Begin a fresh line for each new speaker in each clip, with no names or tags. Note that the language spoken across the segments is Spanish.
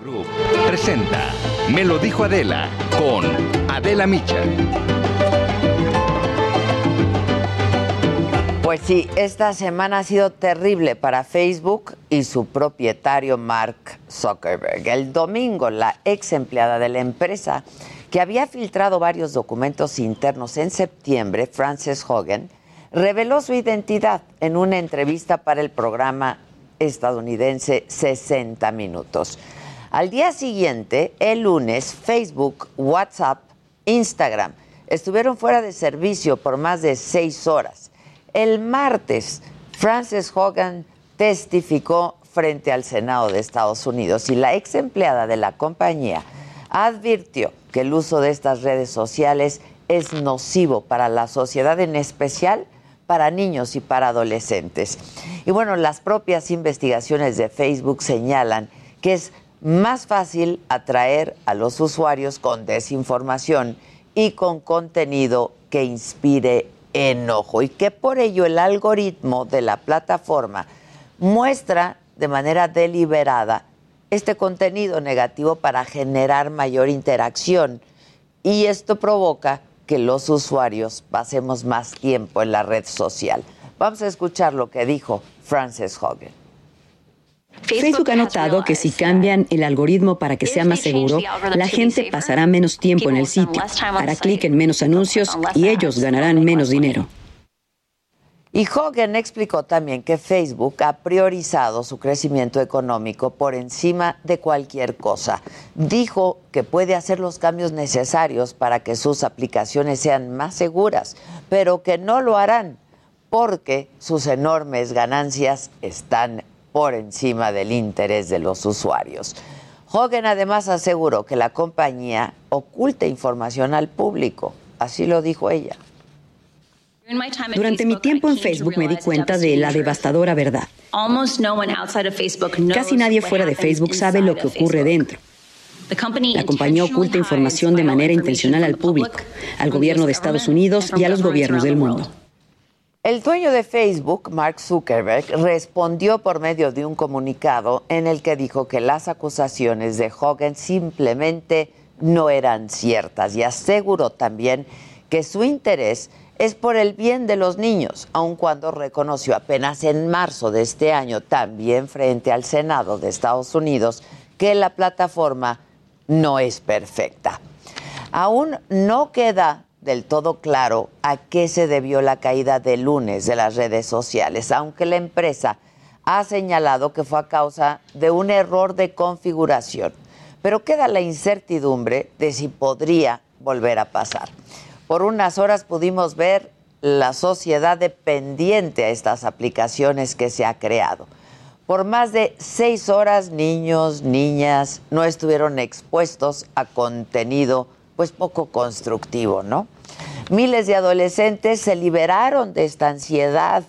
Group presenta Me lo dijo Adela con Adela Micha.
Pues sí, esta semana ha sido terrible para Facebook y su propietario Mark Zuckerberg. El domingo, la ex empleada de la empresa, que había filtrado varios documentos internos en septiembre, Frances Hogan, reveló su identidad en una entrevista para el programa estadounidense 60 Minutos. Al día siguiente, el lunes, Facebook, WhatsApp, Instagram estuvieron fuera de servicio por más de seis horas. El martes, Frances Hogan testificó frente al Senado de Estados Unidos y la ex empleada de la compañía advirtió que el uso de estas redes sociales es nocivo para la sociedad, en especial para niños y para adolescentes. Y bueno, las propias investigaciones de Facebook señalan que es más fácil atraer a los usuarios con desinformación y con contenido que inspire enojo y que por ello el algoritmo de la plataforma muestra de manera deliberada este contenido negativo para generar mayor interacción y esto provoca que los usuarios pasemos más tiempo en la red social. Vamos a escuchar lo que dijo Frances Hogan.
Facebook ha notado que si cambian el algoritmo para que sea más seguro, la gente pasará menos tiempo en el sitio, hará clic en menos anuncios y ellos ganarán menos dinero.
Y Hogan explicó también que Facebook ha priorizado su crecimiento económico por encima de cualquier cosa. Dijo que puede hacer los cambios necesarios para que sus aplicaciones sean más seguras, pero que no lo harán porque sus enormes ganancias están por encima del interés de los usuarios. Hogan además aseguró que la compañía oculta información al público. Así lo dijo ella.
Durante mi tiempo en Facebook me di cuenta de la devastadora verdad. Casi nadie fuera de Facebook sabe lo que ocurre dentro. La compañía oculta información de manera intencional al público, al gobierno de Estados Unidos y a los gobiernos del mundo.
El dueño de Facebook, Mark Zuckerberg, respondió por medio de un comunicado en el que dijo que las acusaciones de Hogan simplemente no eran ciertas y aseguró también que su interés es por el bien de los niños, aun cuando reconoció apenas en marzo de este año, también frente al Senado de Estados Unidos, que la plataforma no es perfecta. Aún no queda del todo claro a qué se debió la caída del lunes de las redes sociales, aunque la empresa ha señalado que fue a causa de un error de configuración. Pero queda la incertidumbre de si podría volver a pasar. Por unas horas pudimos ver la sociedad dependiente a estas aplicaciones que se ha creado. Por más de seis horas, niños, niñas no estuvieron expuestos a contenido pues poco constructivo, ¿no? Miles de adolescentes se liberaron de esta ansiedad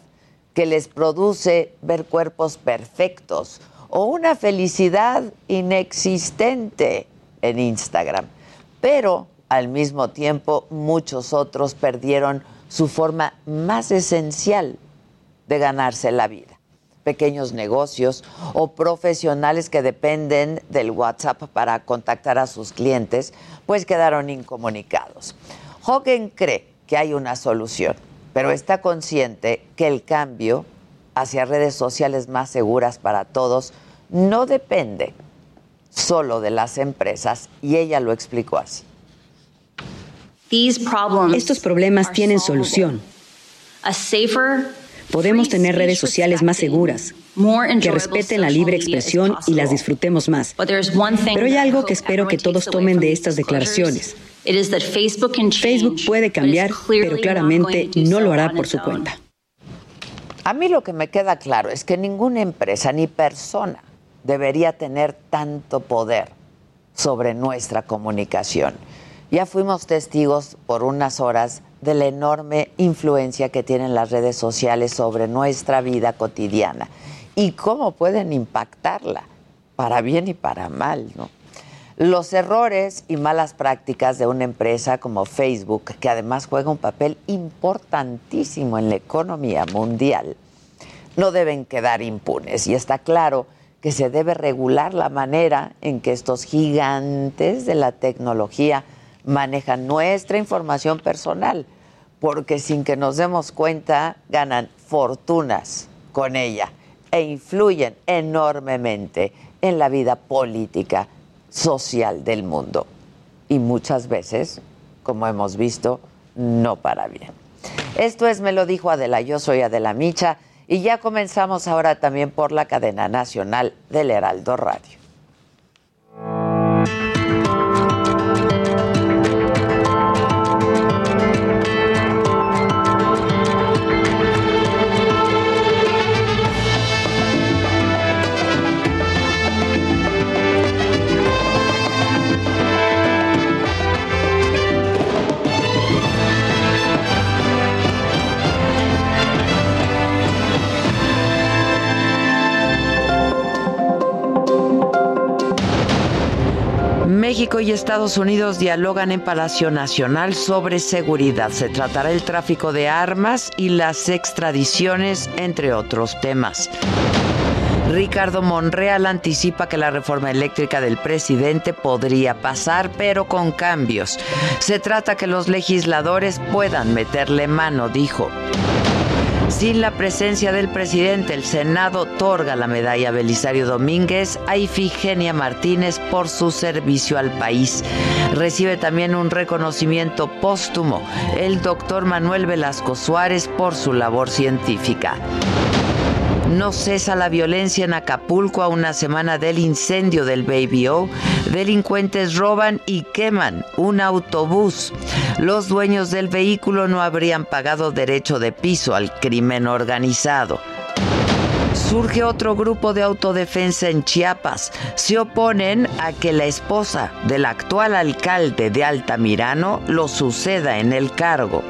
que les produce ver cuerpos perfectos o una felicidad inexistente en Instagram. Pero al mismo tiempo muchos otros perdieron su forma más esencial de ganarse la vida. Pequeños negocios o profesionales que dependen del WhatsApp para contactar a sus clientes, pues quedaron incomunicados. Hogan cree que hay una solución, pero está consciente que el cambio hacia redes sociales más seguras para todos no depende solo de las empresas y ella lo explicó así.
Estos problemas tienen solución. Podemos tener redes sociales más seguras, que respeten la libre expresión y las disfrutemos más. Pero hay algo que espero que todos tomen de estas declaraciones.
Facebook
Facebook puede cambiar, pero claramente no lo hará por su cuenta.
A mí lo que me queda claro es que ninguna empresa ni persona debería tener tanto poder sobre nuestra comunicación. Ya fuimos testigos por unas horas de la enorme influencia que tienen las redes sociales sobre nuestra vida cotidiana y cómo pueden impactarla, para bien y para mal, ¿no? Los errores y malas prácticas de una empresa como Facebook, que además juega un papel importantísimo en la economía mundial, no deben quedar impunes. Y está claro que se debe regular la manera en que estos gigantes de la tecnología manejan nuestra información personal, porque sin que nos demos cuenta ganan fortunas con ella e influyen enormemente en la vida política social del mundo. Y muchas veces, como hemos visto, no para bien. Esto es Me lo dijo Adela, yo soy Adela Micha y ya comenzamos ahora también por la cadena nacional del Heraldo Radio. México y Estados Unidos dialogan en Palacio Nacional sobre seguridad. Se tratará el tráfico de armas y las extradiciones, entre otros temas. Ricardo Monreal anticipa que la reforma eléctrica del presidente podría pasar, pero con cambios. Se trata que los legisladores puedan meterle mano, dijo. Sin la presencia del presidente, el Senado otorga la medalla Belisario Domínguez a Ifigenia Martínez por su servicio al país. Recibe también un reconocimiento póstumo el doctor Manuel Velasco Suárez por su labor científica. No cesa la violencia en Acapulco a una semana del incendio del Baby O. Delincuentes roban y queman un autobús. Los dueños del vehículo no habrían pagado derecho de piso al crimen organizado. Surge otro grupo de autodefensa en Chiapas. Se oponen a que la esposa del actual alcalde de Altamirano lo suceda en el cargo.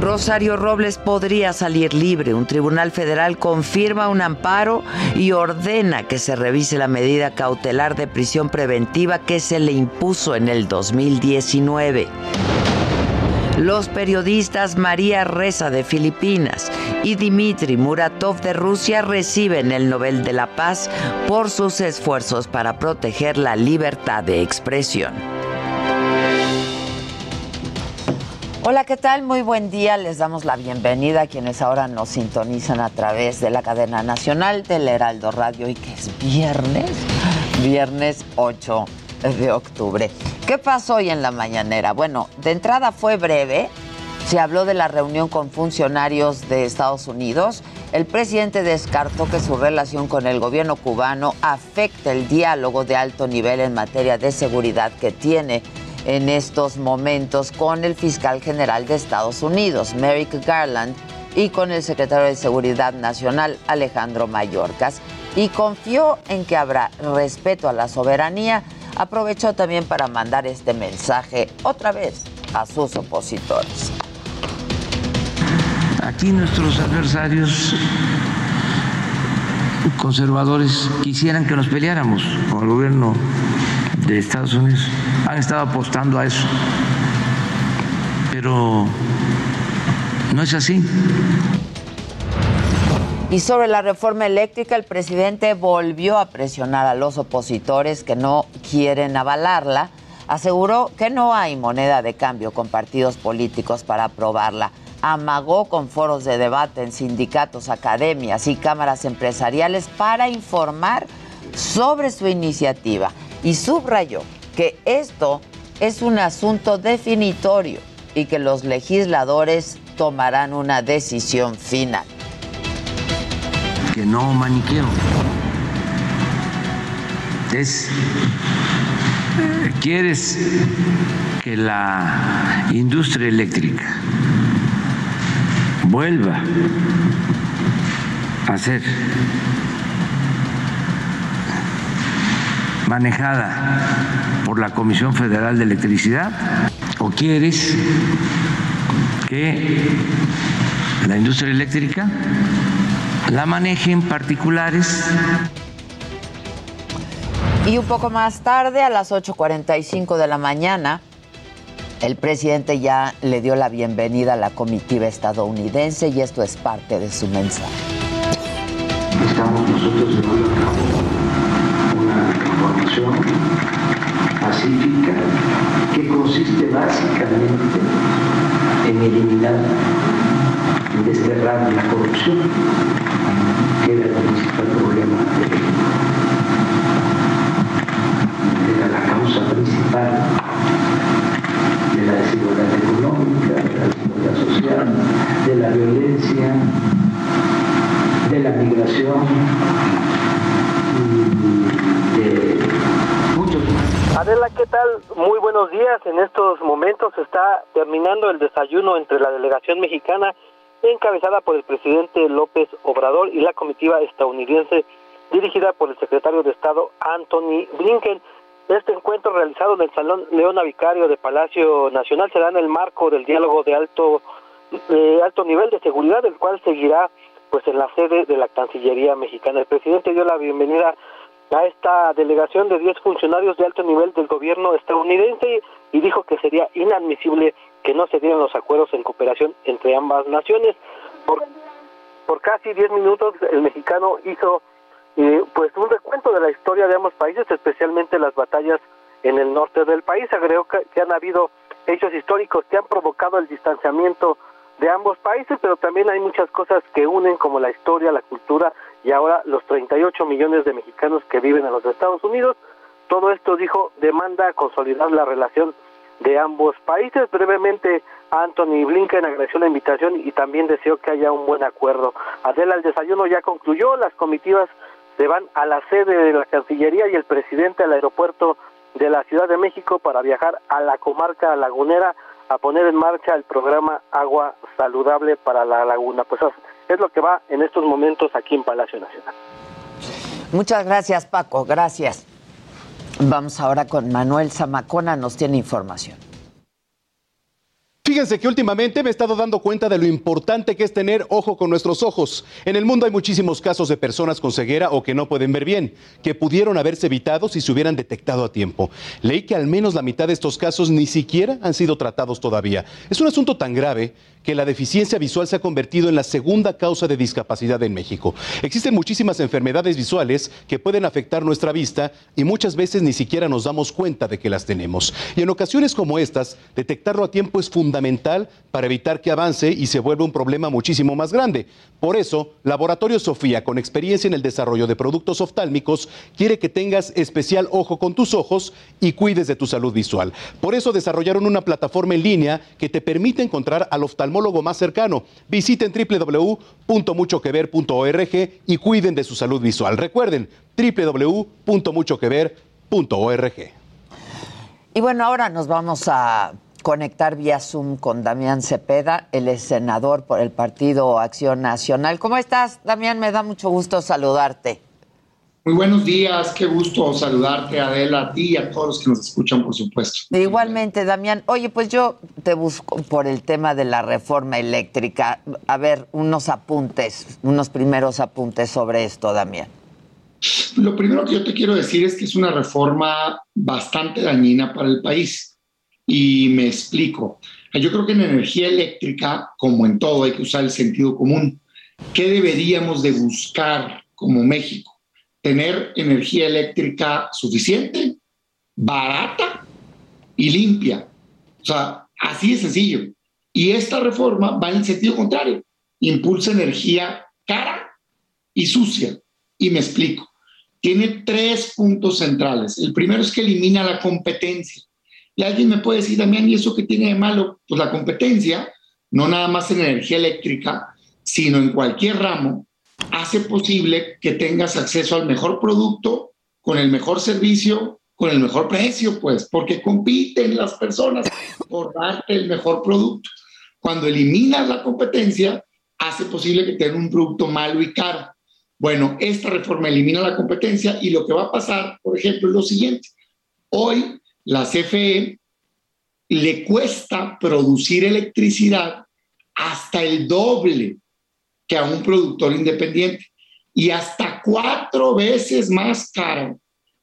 Rosario Robles podría salir libre. Un tribunal federal confirma un amparo y ordena que se revise la medida cautelar de prisión preventiva que se le impuso en el 2019. Los periodistas María Reza de Filipinas y Dmitry Muratov de Rusia reciben el Nobel de la Paz por sus esfuerzos para proteger la libertad de expresión. Hola, ¿qué tal? Muy buen día. Les damos la bienvenida a quienes ahora nos sintonizan a través de la cadena nacional del Heraldo Radio y que es viernes, viernes 8 de octubre. ¿Qué pasó hoy en la mañanera? Bueno, de entrada fue breve. Se habló de la reunión con funcionarios de Estados Unidos. El presidente descartó que su relación con el gobierno cubano afecte el diálogo de alto nivel en materia de seguridad que tiene en estos momentos con el fiscal general de Estados Unidos, Merrick Garland, y con el secretario de Seguridad Nacional, Alejandro Mayorkas, y confió en que habrá respeto a la soberanía. Aprovechó también para mandar este mensaje otra vez a sus opositores.
Aquí nuestros adversarios conservadores quisieran que nos peleáramos con el gobierno de Estados Unidos han estado apostando a eso. Pero no es así.
Y sobre la reforma eléctrica, el presidente volvió a presionar a los opositores que no quieren avalarla. Aseguró que no hay moneda de cambio con partidos políticos para aprobarla. Amagó con foros de debate en sindicatos, academias y cámaras empresariales para informar sobre su iniciativa y subrayó que esto es un asunto definitorio y que los legisladores tomarán una decisión final.
Que no maniqueo. Es, ¿Quieres que la industria eléctrica vuelva hacer manejada por la Comisión Federal de Electricidad o quieres que la industria eléctrica la manejen particulares
Y un poco más tarde, a las 8.45 de la mañana, el presidente ya le dio la bienvenida a la comitiva estadounidense y esto es parte de su mensaje.
estamos nosotros llevando a cabo una transformación pacífica que consiste básicamente en eliminar, en desterrar la corrupción, que era el principal problema de México. Era la causa principal de la desigualdad económica, de la desigualdad social, de la violencia, de la migración y de muchos
Adela, ¿qué tal? Muy buenos días. En estos momentos está terminando el desayuno entre la delegación mexicana encabezada por el presidente López Obrador y la comitiva estadounidense dirigida por el secretario de Estado Anthony Blinken. Este encuentro realizado en el Salón Leona Vicario de Palacio Nacional será en el marco del diálogo de alto, de alto nivel de seguridad, el cual seguirá pues en la sede de la Cancillería mexicana. El presidente dio la bienvenida a esta delegación de 10 funcionarios de alto nivel del gobierno estadounidense y dijo que sería inadmisible que no se dieran los acuerdos en cooperación entre ambas naciones. Por, por casi 10 minutos el mexicano hizo eh, pues un recuento de la historia de ambos países, especialmente las batallas en el norte del país. Agregó que, que han habido hechos históricos que han provocado el distanciamiento de ambos países, pero también hay muchas cosas que unen como la historia, la cultura y ahora los 38 millones de mexicanos que viven en los Estados Unidos. Todo esto, dijo, demanda consolidar la relación de ambos países. Brevemente, Anthony Blinken agradeció la invitación y también deseó que haya un buen acuerdo. Adela, el desayuno ya concluyó, las comitivas se van a la sede de la Cancillería y el presidente al aeropuerto de la Ciudad de México para viajar a la comarca lagunera a poner en marcha el programa Agua Saludable para la Laguna. Pues es lo que va en estos momentos aquí en Palacio Nacional.
Muchas gracias, Paco, gracias. Vamos ahora con Manuel Zamacona, nos tiene información.
Fíjense que últimamente me he estado dando cuenta de lo importante que es tener ojo con nuestros ojos. En el mundo hay muchísimos casos de personas con ceguera o que no pueden ver bien, que pudieron haberse evitado si se hubieran detectado a tiempo. Leí que al menos la mitad de estos casos ni siquiera han sido tratados todavía. Es un asunto tan grave que la deficiencia visual se ha convertido en la segunda causa de discapacidad en México. Existen muchísimas enfermedades visuales que pueden afectar nuestra vista y muchas veces ni siquiera nos damos cuenta de que las tenemos. Y en ocasiones como estas, detectarlo a tiempo es fundamental fundamental para evitar que avance y se vuelva un problema muchísimo más grande. Por eso, Laboratorio Sofía, con experiencia en el desarrollo de productos oftálmicos, quiere que tengas especial ojo con tus ojos y cuides de tu salud visual. Por eso desarrollaron una plataforma en línea que te permite encontrar al oftalmólogo más cercano. Visiten www.muchoquever.org y cuiden de su salud visual. Recuerden, www.muchoquever.org.
Y bueno, ahora nos vamos a conectar vía Zoom con Damián Cepeda, el es senador por el Partido Acción Nacional. ¿Cómo estás, Damián? Me da mucho gusto saludarte.
Muy buenos días, qué gusto saludarte, Adela, a ti y a todos los que nos escuchan, por supuesto.
Igualmente, Damián. Oye, pues yo te busco por el tema de la reforma eléctrica. A ver, unos apuntes, unos primeros apuntes sobre esto, Damián.
Lo primero que yo te quiero decir es que es una reforma bastante dañina para el país. Y me explico. Yo creo que en energía eléctrica, como en todo, hay que usar el sentido común. ¿Qué deberíamos de buscar como México? Tener energía eléctrica suficiente, barata y limpia. O sea, así de sencillo. Y esta reforma va en el sentido contrario. Impulsa energía cara y sucia. Y me explico. Tiene tres puntos centrales. El primero es que elimina la competencia. Y alguien me puede decir, Damián, ¿y eso qué tiene de malo? Pues la competencia, no nada más en energía eléctrica, sino en cualquier ramo, hace posible que tengas acceso al mejor producto, con el mejor servicio, con el mejor precio, pues, porque compiten las personas por darte el mejor producto. Cuando eliminas la competencia, hace posible que tengas un producto malo y caro. Bueno, esta reforma elimina la competencia y lo que va a pasar, por ejemplo, es lo siguiente. Hoy la CFE le cuesta producir electricidad hasta el doble que a un productor independiente y hasta cuatro veces más caro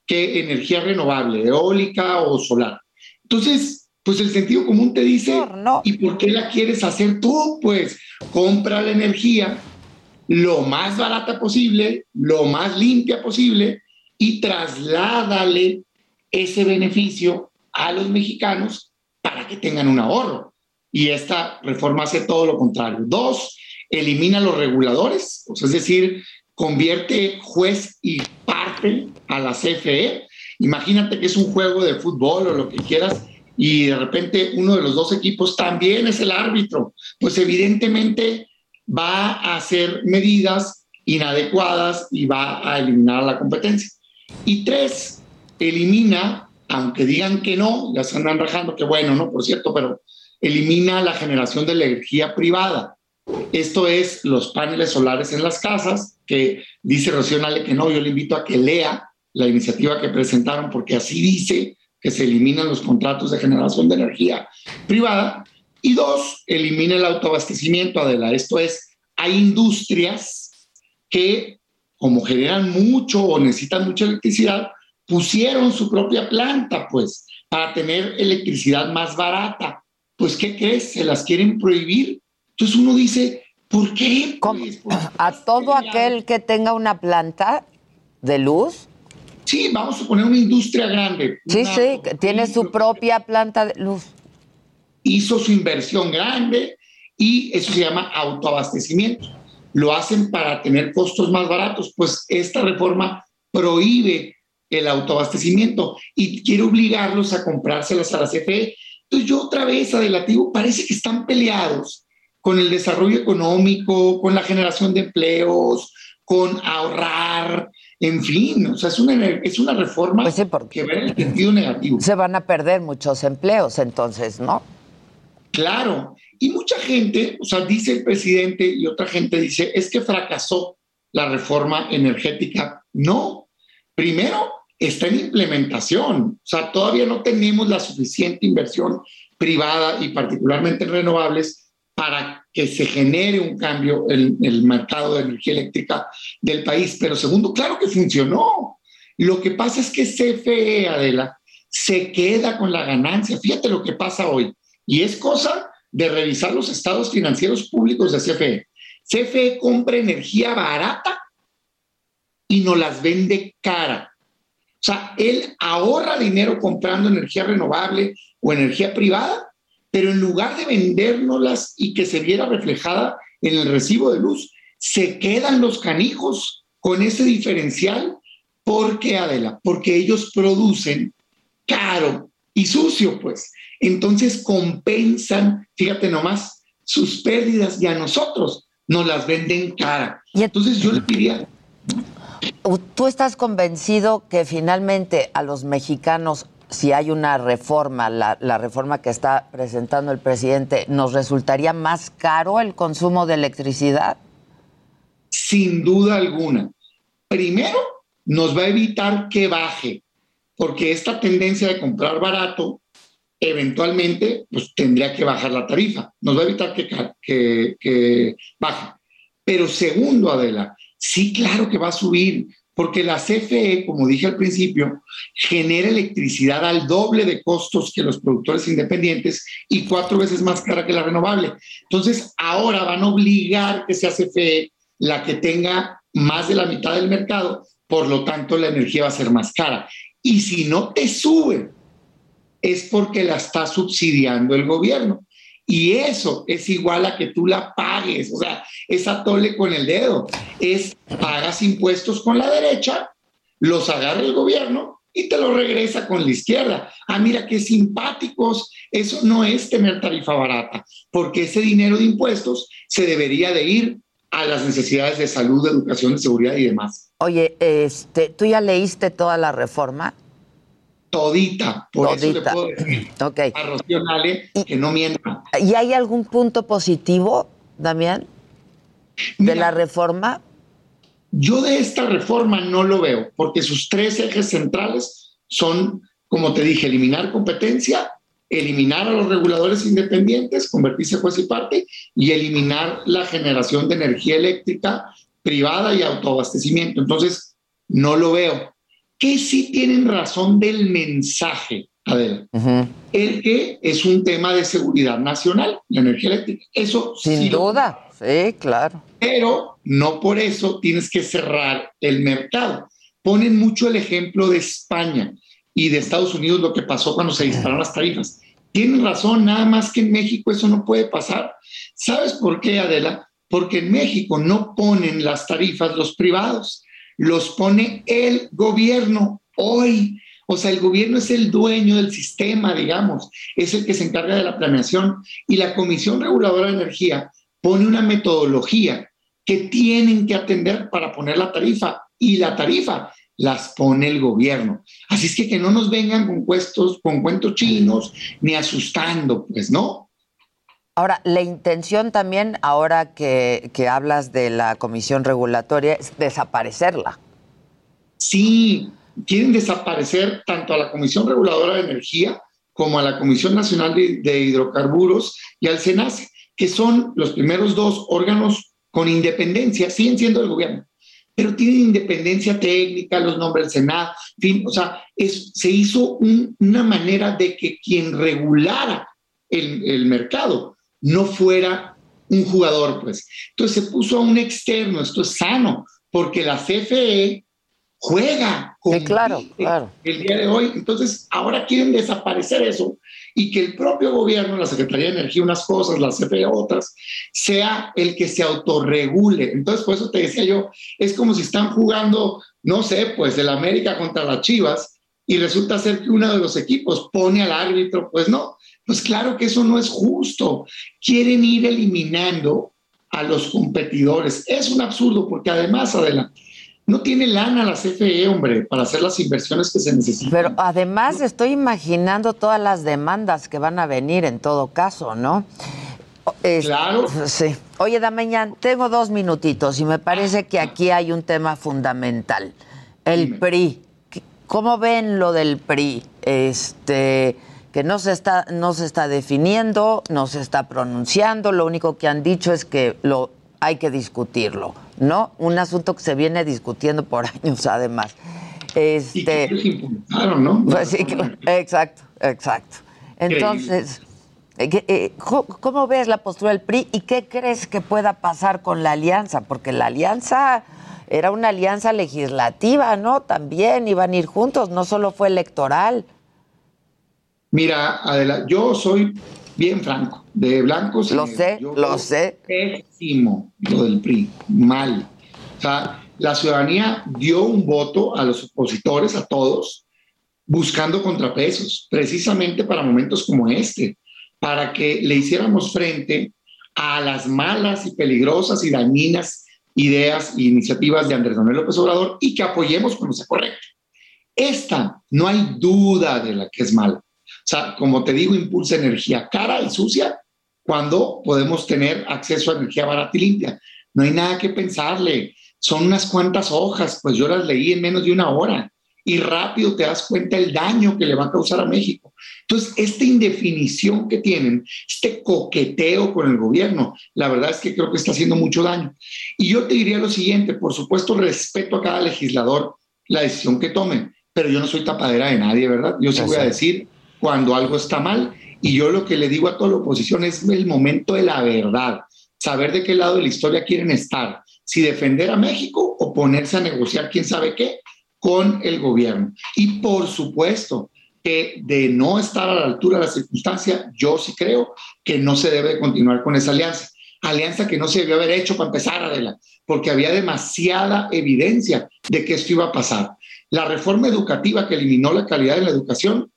que energía renovable, eólica o solar. Entonces, pues el sentido común te dice, no, no. ¿y por qué la quieres hacer tú? Pues compra la energía lo más barata posible, lo más limpia posible y trasládale ese beneficio a los mexicanos para que tengan un ahorro. Y esta reforma hace todo lo contrario. Dos, elimina los reguladores, o sea, es decir, convierte juez y parte a la CFE. Imagínate que es un juego de fútbol o lo que quieras y de repente uno de los dos equipos también es el árbitro. Pues evidentemente va a hacer medidas inadecuadas y va a eliminar la competencia. Y tres, elimina, aunque digan que no, ya se andan rajando, que bueno, ¿no? Por cierto, pero elimina la generación de la energía privada. Esto es los paneles solares en las casas, que dice Rocío Nale que no, yo le invito a que lea la iniciativa que presentaron, porque así dice que se eliminan los contratos de generación de energía privada. Y dos, elimina el autoabastecimiento, Adela. Esto es, hay industrias que, como generan mucho o necesitan mucha electricidad, pusieron su propia planta, pues, para tener electricidad más barata. Pues, ¿qué crees? Se las quieren prohibir entonces uno dice, ¿por qué? Pues,
¿por qué a todo aquel que tenga una planta de luz.
Sí, vamos a poner una industria grande.
Sí,
una,
sí, tiene su propia planta de luz.
Hizo su inversión grande y eso se llama autoabastecimiento. Lo hacen para tener costos más baratos, pues esta reforma prohíbe el autoabastecimiento y quiere obligarlos a comprárselas a la CFE. Entonces yo otra vez, adelativo, parece que están peleados con el desarrollo económico, con la generación de empleos, con ahorrar, en fin, o sea, es una, es una reforma
pues sí,
que va en el sentido negativo.
Se van a perder muchos empleos entonces, ¿no?
Claro, y mucha gente, o sea, dice el presidente y otra gente dice, es que fracasó la reforma energética. No, primero está en implementación, o sea, todavía no tenemos la suficiente inversión privada y particularmente en renovables para que se genere un cambio en el mercado de energía eléctrica del país. Pero segundo, claro que funcionó. Lo que pasa es que CFE, Adela, se queda con la ganancia. Fíjate lo que pasa hoy. Y es cosa de revisar los estados financieros públicos de E. CFE. CFE compra energía barata y no las vende cara. O sea, él ahorra dinero comprando energía renovable o energía privada pero en lugar de vendérnoslas y que se viera reflejada en el recibo de luz, se quedan los canijos con ese diferencial. ¿Por qué, Adela? Porque ellos producen caro y sucio, pues. Entonces compensan, fíjate nomás, sus pérdidas y a nosotros nos las venden cara. Y entonces yo le diría...
¿Tú estás convencido que finalmente a los mexicanos si hay una reforma, la, la, reforma que está presentando el presidente, ¿nos resultaría más caro el consumo de electricidad?
Sin duda alguna. Primero, nos va a evitar que baje, porque esta tendencia de comprar barato, eventualmente, pues tendría que bajar la tarifa. Nos va a evitar que, que, que baje. Pero segundo, Adela, sí, claro que va a subir porque la CFE, como dije al principio, genera electricidad al doble de costos que los productores independientes y cuatro veces más cara que la renovable. Entonces, ahora van a obligar que sea CFE la que tenga más de la mitad del mercado, por lo tanto, la energía va a ser más cara. Y si no te sube, es porque la está subsidiando el gobierno. Y eso es igual a que tú la pagues, o sea, es atole con el dedo, es pagas impuestos con la derecha, los agarra el gobierno y te los regresa con la izquierda. Ah, mira qué simpáticos, eso no es tener tarifa barata, porque ese dinero de impuestos se debería de ir a las necesidades de salud, de educación, de seguridad y demás.
Oye, este, ¿tú ya leíste toda la reforma?
todita. Por todita. eso le puedo decir okay. a Rocío Nale que no mienta.
¿Y hay algún punto positivo, Damián, Mira, de la reforma?
Yo de esta reforma no lo veo, porque sus tres ejes centrales son, como te dije, eliminar competencia, eliminar a los reguladores independientes, convertirse juez y parte, y eliminar la generación de energía eléctrica privada y autoabastecimiento. Entonces, no lo veo. Que sí tienen razón del mensaje, Adela. Uh -huh. El que es un tema de seguridad nacional, la energía eléctrica. Eso
Sin sí duda, sí, claro.
Pero no por eso tienes que cerrar el mercado. Ponen mucho el ejemplo de España y de Estados Unidos lo que pasó cuando se dispararon las tarifas. Tienen razón, nada más que en México eso no puede pasar. ¿Sabes por qué, Adela? Porque en México no ponen las tarifas los privados, los pone el gobierno hoy. O sea, el gobierno es el dueño del sistema, digamos, es el que se encarga de la planeación y la Comisión Reguladora de Energía pone una metodología que tienen que atender para poner la tarifa y la tarifa las pone el gobierno. Así es que que no nos vengan con cuentos, con cuentos chinos ni asustando, pues no.
Ahora, la intención también, ahora que, que hablas de la comisión regulatoria, es desaparecerla.
Sí, quieren desaparecer tanto a la Comisión Reguladora de Energía como a la Comisión Nacional de, de Hidrocarburos y al SENACE, que son los primeros dos órganos con independencia, siguen siendo el gobierno, pero tienen independencia técnica, los nombres del Senado, en fin, o sea, es, se hizo un, una manera de que quien regulara el, el, mercado no fuera un jugador, pues. Entonces se puso a un externo, esto es sano, porque la E CFE juega
con sí, claro, el, claro.
el día de hoy. Entonces, ahora quieren desaparecer eso y que el propio gobierno, la Secretaría de Energía unas cosas, la CFE otras, sea el que se autorregule. Entonces, por eso te decía yo, es como si están jugando, no sé, pues del América contra las Chivas y resulta ser que uno de los equipos pone al árbitro, pues no, pues claro que eso no es justo. Quieren ir eliminando a los competidores. Es un absurdo porque además, adelante no tiene lana la CFE, hombre, para hacer las inversiones que se necesitan.
Pero además estoy imaginando todas las demandas que van a venir en todo caso, ¿no?
Eh, claro.
Sí. Oye, Damañán, tengo dos minutitos y me parece que aquí hay un tema fundamental. El Dime. PRI. ¿Cómo ven lo del PRI? Este que no se está no se está definiendo, no se está pronunciando, lo único que han dicho es que lo hay que discutirlo, ¿no? Un asunto que se viene discutiendo por años, además. Este,
y que claro, ¿no?
Pues, sí, exacto, exacto. Entonces, eh, ¿cómo ves la postura del PRI y qué crees que pueda pasar con la alianza? Porque la alianza era una alianza legislativa, ¿no? También iban a ir juntos, no solo fue electoral.
Mira, Adela, yo soy bien franco, de blancos.
Lo sé, yo lo sé.
Pésimo lo del PRI, mal. O sea, la ciudadanía dio un voto a los opositores, a todos, buscando contrapesos, precisamente para momentos como este, para que le hiciéramos frente a las malas y peligrosas y dañinas ideas e iniciativas de Andrés Manuel López Obrador y que apoyemos cuando sea correcto. Esta no hay duda de la que es mala. O sea, como te digo, impulsa energía cara y sucia cuando podemos tener acceso a energía barata y limpia. No hay nada que pensarle. Son unas cuantas hojas, pues yo las leí en menos de una hora y rápido te das cuenta el daño que le va a causar a México. Entonces, esta indefinición que tienen, este coqueteo con el gobierno, la verdad es que creo que está haciendo mucho daño. Y yo te diría lo siguiente, por supuesto, respeto a cada legislador la decisión que tomen, pero yo no soy tapadera de nadie, ¿verdad? Yo sí Exacto. voy a decir cuando algo está mal. Y yo lo que le digo a toda la oposición es el momento de la verdad, saber de qué lado de la historia quieren estar, si defender a México o ponerse a negociar quién sabe qué con el gobierno. Y por supuesto que de no estar a la altura de la circunstancia, yo sí creo que no se debe continuar con esa alianza. Alianza que no se debió haber hecho para empezar, Adela, porque había demasiada evidencia de que esto iba a pasar. La reforma educativa que eliminó la calidad de la educación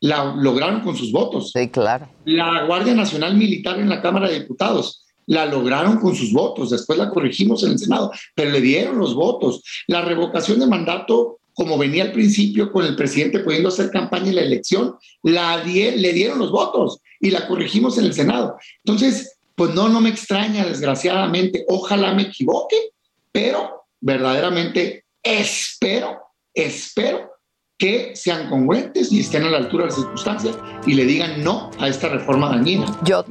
la lograron con sus votos.
Sí, claro.
La Guardia Nacional Militar en la Cámara de Diputados la lograron con sus votos, después la corregimos en el Senado, pero le dieron los votos. La revocación de mandato, como venía al principio con el presidente pudiendo hacer campaña en la elección, la die le dieron los votos y la corregimos en el Senado. Entonces, pues no, no me extraña, desgraciadamente, ojalá me equivoque, pero verdaderamente espero, espero que sean congruentes y estén a la altura de las circunstancias y le digan no a esta reforma dañina.
Yo,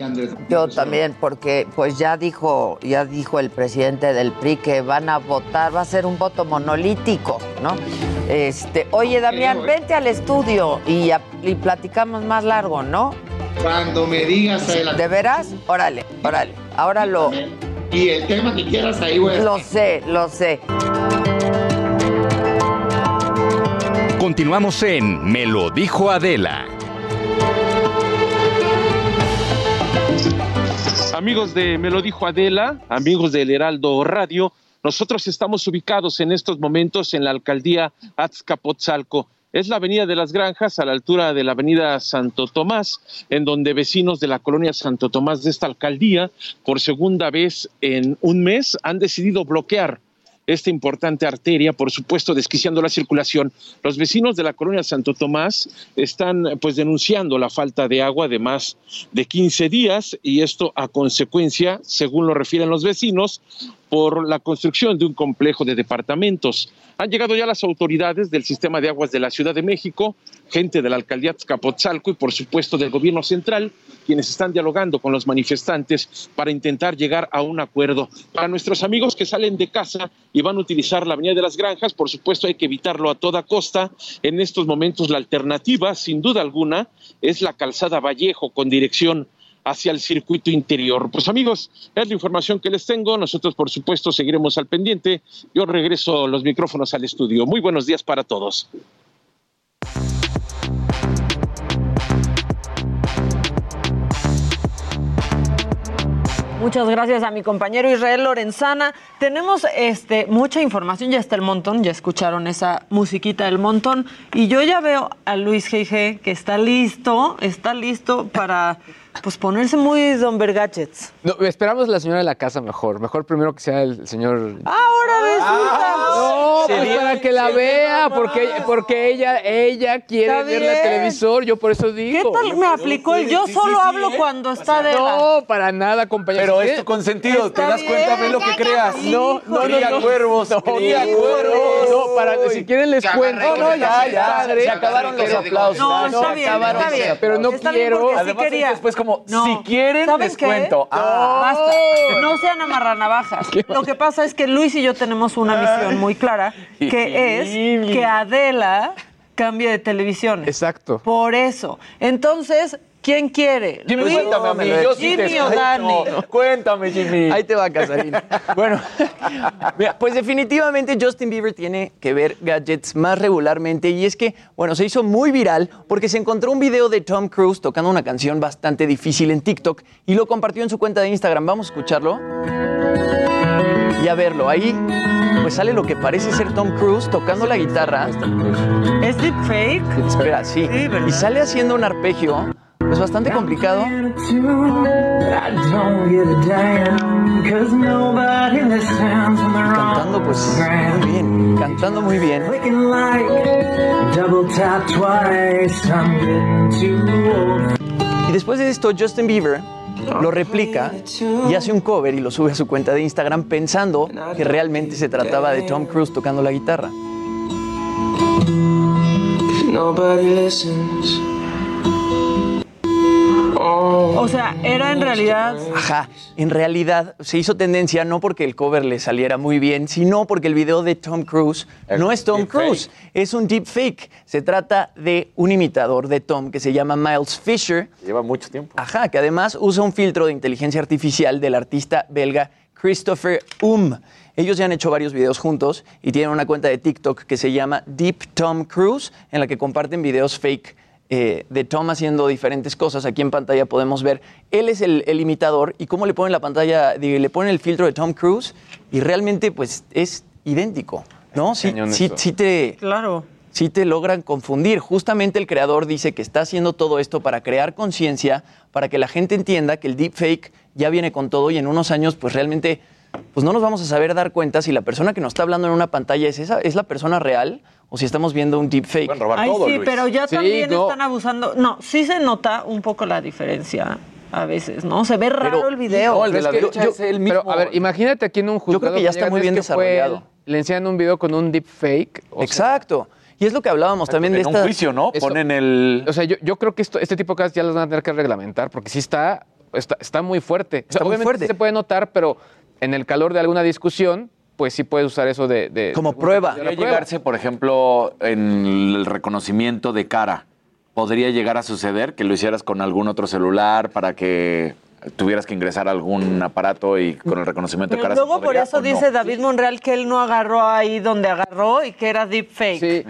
yo también, porque pues ya dijo, ya dijo el presidente del PRI que van a votar, va a ser un voto monolítico, ¿no? Este, oye, Damián,
creo, ¿eh?
vente al estudio y, a- y platicamos más largo, ¿no?
Cuando me digas, Adela.
Pues, ¿De veras? Órale, órale. Ahora lo.
Y el tema que quieras, ahí voy a
Lo sé, lo sé.
Continuamos en Me lo dijo Adela.
Amigos de Me lo dijo Adela, amigos del Heraldo Radio, nosotros estamos ubicados en estos momentos en la alcaldía Azcapotzalco. Es la avenida de las Granjas a la altura de la avenida Santo Tomás, en donde vecinos de la colonia Santo Tomás de esta alcaldía, por segunda vez en un mes, han decidido bloquear esta importante arteria, por supuesto, desquiciando la circulación. Los vecinos de la colonia Santo Tomás están pues denunciando la falta de agua de más de 15 días y esto a consecuencia, según lo refieren los vecinos, por la construcción de un complejo de departamentos. Han llegado ya las autoridades del sistema de aguas de la Ciudad de México, gente de la alcaldía Capotzalco y por supuesto del gobierno central, quienes están dialogando con los manifestantes para intentar llegar a un acuerdo. Para nuestros amigos que salen de casa y van a utilizar la Avenida de las Granjas, por supuesto hay que evitarlo a toda costa. En estos momentos la alternativa, sin duda alguna, es la calzada Vallejo con dirección hacia el circuito interior. Pues amigos, es la información que les tengo. Nosotros, por supuesto, seguiremos al pendiente. Yo regreso los micrófonos al estudio. Muy buenos días para todos.
Muchas gracias a mi compañero Israel Lorenzana. Tenemos este, mucha información, ya está el montón, ya escucharon esa musiquita del montón. Y yo ya veo a Luis G.G. que está listo, está listo para pues, ponerse muy Don Vergachets.
No, esperamos la señora de la casa mejor. Mejor primero que sea el señor.
Ahora
Ah,
resulta.
No, pues para que la vea, porque, porque ella, ella quiere
Está
ver la
bien.
televisor, yo por eso digo.
¿Qué tal me aplicó el yo solo hablo cuando está de
No, para nada, compañero.
¿eh?
¿Eh?
Pero es tu consentido, te das cuenta, ve lo que creas.
No, no, no,
Cría
no.
cuervos, cría
no,
cuervos.
No, para, si quieren les
Cagarre,
cuento.
que me
ya,
cae, ya,
padre.
se acabaron los aplausos. No, está
se
bien,
acabaron
está
los
bien.
aplausos. Pero no
Está bien,
quiero.
porque sí quería.
después como,
No.
si quieren,
¿Saben
les
qué?
cuento. Ah.
Basta. No sean amarranavajas. Lo que pasa es que Luis y yo tenemos una misión muy clara, que es que Adela cambie de televisión. Exacto. Por eso. Entonces, ¿quién quiere?
Jimmy,
Pues
¿Luis?
cuéntame a mí, yo sí te
Jimmy o
escucho.
Dani.
Cuéntame, Jimmy.
Ahí te va, Casarina. bueno, mira, pues definitivamente Justin Bieber tiene que ver gadgets más regularmente y es que, bueno, se hizo muy viral porque se encontró un video de Tom Cruise tocando una canción bastante difícil en TikTok y lo compartió en su cuenta de Instagram. Vamos a escucharlo y a verlo. Ahí, pues sale lo que parece ser Tom Cruise tocando la guitarra.
¿Es deepfake?
Espera, sí. y sale haciendo un arpegio, pues bastante complicado. Cantando pues muy bien, cantando muy bien. Y después de esto, Justin Bieber lo replica y hace un cover y lo sube a su cuenta de Instagram pensando que realmente se trataba de Tom Cruise tocando la guitarra.
Nobody listens.
O sea, era en realidad.
Ajá, en realidad se hizo tendencia no porque el cover le saliera muy bien, sino porque el video de Tom Cruise no es Tom Cruise, es un deep fake. Se trata de un imitador de Tom que se llama Miles Fisher. Lleva mucho tiempo. Ajá, que además usa un filtro de inteligencia artificial del artista belga Christopher Um. Ellos ya han hecho varios videos juntos y tienen una cuenta de TikTok que se llama Deep Tom Cruise, en la que comparten videos fake eh, de Tom haciendo diferentes cosas. Aquí en pantalla podemos ver, él es el, el imitador y cómo le ponen la pantalla, digo, le ponen el filtro de Tom Cruise y realmente pues es idéntico, ¿no? Sí,
cañón
sí,
eso.
sí te...
Claro.
Sí te logran confundir. Justamente el creador dice que está haciendo todo esto para crear conciencia, para que la gente entienda que el deepfake ya viene con todo y en unos años pues realmente pues no nos vamos a saber dar cuenta si la persona que nos está hablando en una pantalla es esa es la persona real o si estamos viendo un deepfake.
Ay, sí, pero ya también están abusando. No, sí se nota un poco la diferencia. a veces, ¿no? Se ve raro el video.
Pero es que yo- Pero, a ver, imagínate aquí en un juzgado.
que ya está muy
llegan,
bien
es que fue
desarrollado.
él, le enseñan un video con un deepfake.
Exacto. y es lo que hablábamos también de
en
esta...
Ponen
el...
O sea, yo, yo creo que esto, este tipo de cosas ya las van a tener que reglamentar porque sí está, está, está muy fuerte. O sea,
Está muy
obviamente
fuerte.
sí se puede notar, pero en el calor de alguna discusión, pues sí puedes usar eso de... de-
Como
de-
prueba.
de la
Podría llegarse, por ejemplo, en el reconocimiento de cara. ¿Podría llegar a suceder que lo hicieras con algún otro celular para que tuvieras que ingresar a algún aparato y con el reconocimiento de cara? se
Luego por
podría o
eso
no?
dice David Monreal que él no agarró ahí donde agarró y que era deepfake. Sí.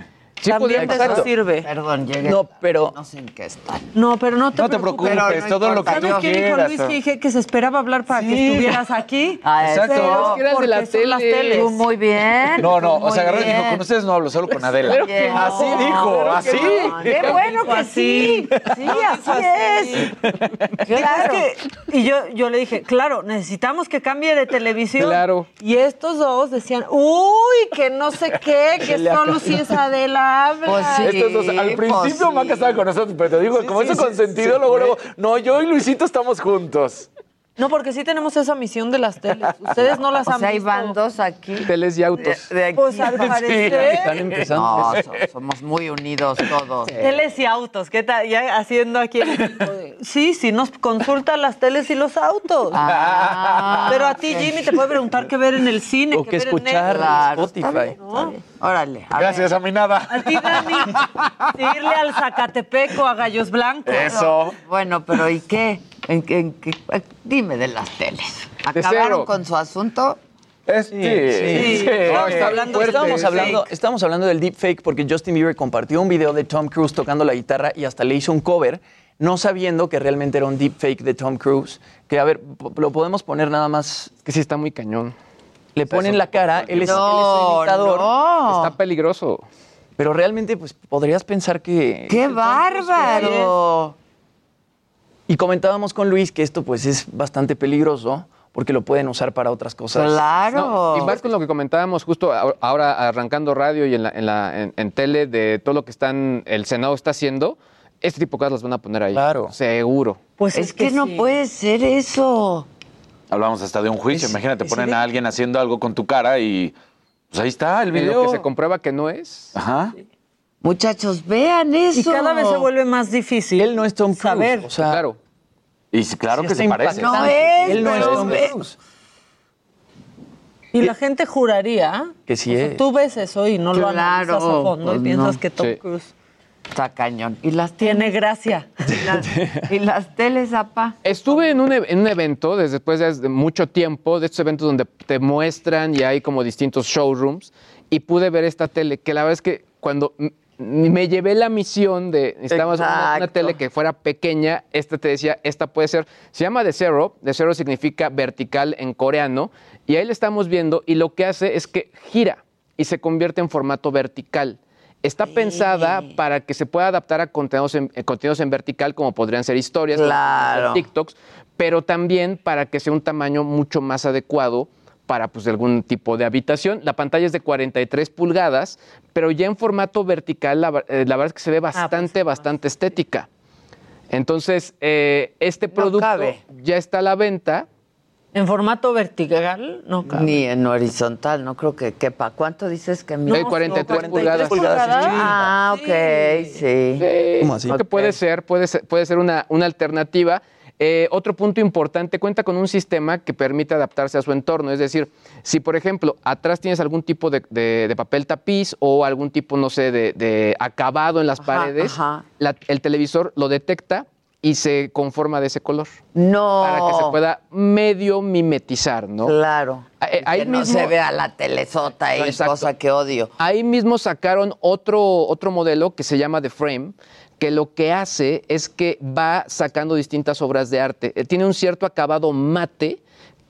También de eso sirve.
Perdón, llegué.
No,
pero.
No sé en qué está.
No, pero no te,
No te preocupes, Pero no todo lo que importa. tú
¿Sabes qué dijo
quieras,
Luis
o-
que dije que se esperaba hablar para que estuvieras aquí?
Ah,
exacto. Es que eras
de la tele. Las teles.
Tú muy bien.
No,
pues,
no, o
Muy
sea, agarró y dijo,
bien.
con ustedes no hablo, solo con Adela.
Claro que no.
Así dijo,
Claro que
así.
no. Qué bueno que sí. Sí, así es.
Claro. y yo, yo le dije, claro, necesitamos que cambie de televisión. Claro. Y estos dos decían, uy, que no sé qué, que
Que le
solo
acaba-
si es Adela habla.
Pues Estos dos,
Pues
pues
al principio Maca estaba con nosotros, pero te digo, como eso consentido, luego, luego, no, yo y Luisito estamos juntos.
No, porque sí tenemos esa misión de las teles. Ustedes no las
O
han
sea, hay
visto.
bandos aquí.
Teles y autos.
De, de aquí.
Pues, al Sí, parecer. están empezando.
No, so- somos muy unidos todos.
Teles y autos, ¿qué tal? Ya haciendo aquí el tipo de- Sí, sí, nos consultan las teles y los autos.
Ah,
Pero a ti, Jimmy, te puede preguntar qué ver en el cine,
O
qué
que
ver en
escuchar
Netflix.
en Spotify.
Órale.
Gracias a mi nada.
A ti, Dani, seguirle al Zacatepeco, a Gallos Blancos.
Bueno, pero ¿y qué? ¿En qué- en qué? Dime de las teles. ¿Acabaron
cero.
con su asunto?
Sí, sí. Estábamos hablando, estábamos hablando del deepfake porque Justin Bieber compartió un video de Tom Cruise tocando la guitarra y hasta le hizo un cover, no sabiendo que realmente era un deepfake de Tom Cruise. Que, a ver, po- lo podemos poner nada más.
Que sí está muy cañón.
Le ponen la cara, él es,
No,
él es el imitador.
Está peligroso.
Pero realmente, pues, podrías pensar que...
¡Qué bárbaro!
Y comentábamos con Luis que esto, pues, es bastante peligroso porque lo pueden usar para otras cosas.
No, y más con lo que comentábamos justo a- ahora arrancando radio y en, la, en, la- en- en tele de todo lo que están, el Senado está haciendo, este tipo de cosas las van a poner ahí. Claro. Seguro.
Pues
es, que, no puede ser eso.
Hablamos hasta de un juicio. Imagínate, ponen a alguien haciendo algo con tu cara y. Pues ahí está el
En lo
video.
que se comprueba que no es.
Ajá.
Muchachos, vean eso.
Y cada vez se vuelve más difícil. Él
no es Tom
Cruise. Saber.
claro.
Y sí, claro
Sí
que
está
se parece.
impactante. No es,
Él no es
pero
Tom
ve-
Cruise.
Y la gente juraría.
Que sí
o sea,
es.
Tú ves eso y no lo
Claro,
analizas a fondo
pues
y piensas
no.
que Tom
Sí.
Cruise
Está cañón. Y las
tiene gracia.
Y las teles, apá.
Estuve en un, e- en un evento desde después de hace mucho tiempo, de estos eventos donde te muestran y hay como distintos showrooms, y pude ver esta tele, que la verdad es que cuando m- me llevé la misión de necesitábamos una, una tele que fuera pequeña, esta te decía, esta puede ser, se llama de cero, de cero significa vertical en coreano, y ahí la estamos viendo, y lo que hace es que gira y se convierte en formato vertical. Está pensada para que se pueda adaptar a contenidos en, eh, contenidos en vertical, como podrían ser historias, como podrían ser
Claro.
TikToks, pero también para que sea un tamaño mucho más adecuado para pues, algún tipo de habitación. La pantalla es de 43 pulgadas, pero ya en formato vertical, la, ver- eh, la verdad es que
Ah,
se ve
pues,
bastante, bastante estética. Entonces, eh, este producto
cabe.
ya está a la venta.
En formato vertical, no cabe.
Ni en horizontal, no creo que quepa. ¿Cuánto dices que mide?
Eh, 43 43 pulgadas. pulgadas, sí.
Ah, ok, sí.
¿Cómo así? Que puede ser, puede ser, puede ser una, una alternativa. Eh, otro punto importante, cuenta con un sistema que permite adaptarse a su entorno. Es decir, si por ejemplo atrás tienes algún tipo de, de- de papel tapiz o algún tipo, no sé, de, de acabado en las paredes,
ajá.
la- el televisor lo detecta y se conforma de ese color.
No.
Para que se pueda medio mimetizar, ¿no? Eh,
Claro.
ahí
que no
mismo-
se vea la telesota y
Exacto.
cosa que odio.
Ahí mismo sacaron otro, otro modelo que se llama The Frame, que lo que hace es que va sacando distintas obras de arte. Eh, Tiene un cierto acabado mate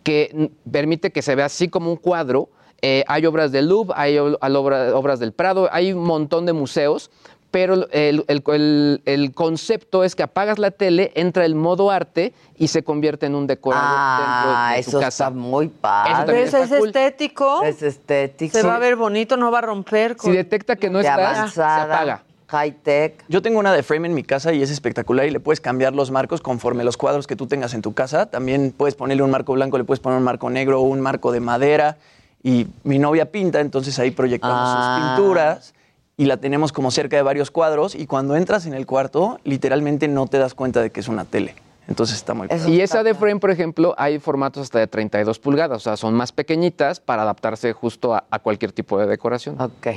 que mm, permite que se vea así como un cuadro. Eh, hay obras de Louvre, hay ol- al obra- obras del Prado, hay un montón de museos, pero el, el- el- el concepto es que apagas la tele, entra el modo arte y se convierte en un decorado
Ah,
dentro de tu
eso
casa.
está muy padre.
Eso también
Entonces es
está cool.
estético.
Es estético.
Se va a ver bonito, no va a romper.
Si detecta que no
De
estás, se
avanzada.
apaga.
high tech.
Yo tengo una de frame en mi casa y es espectacular y le puedes cambiar los marcos conforme los cuadros que tú tengas en tu casa. También puedes ponerle un marco blanco, le puedes poner un marco negro, un marco de madera. Y mi novia pinta, entonces ahí proyectamos
Ah.
sus pinturas y la tenemos como cerca de varios cuadros y cuando entras en el cuarto literalmente no te das cuenta de que es una tele. Entonces está muy padre.
Y esa de frame, por ejemplo, hay formatos hasta de 32 pulgadas, o sea, son más pequeñitas para adaptarse justo a, a cualquier tipo de decoración.
Ok.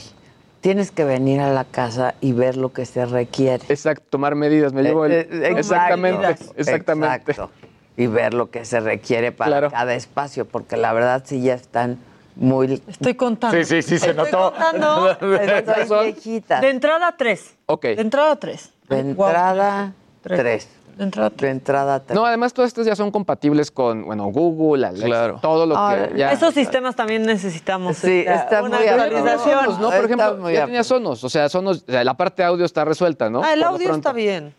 Tienes que venir a la casa y ver lo que se requiere.
Exacto, tomar medidas, me llevo el-
Eh, eh,
exactamente,
exacto,
exactamente.
exacto. Y ver lo que se requiere para cada espacio, porque la verdad sí ya están muy...
Estoy contando.
Sí, sí, sí, se
Estoy
notó.
contando.
Esas son viejitas.
De entrada tres.
Ok.
De entrada tres.
De entrada, tres.
De entrada tres.
De entrada tres.
No, además todas estas ya son compatibles con, bueno, Google, Alexa, todo lo que
Ah,
ya...
Esos sistemas también necesitamos
Sí,
este,
está
una
muy
actualización.
avanzado.
Sonos, ¿no? Por
Está
ejemplo,
muy
ya
apto.
tenía Sonos, o sea, Sonos, o sea, la parte audio está resuelta, ¿no?
Ah, el
Por lo
audio
pronto.
está bien.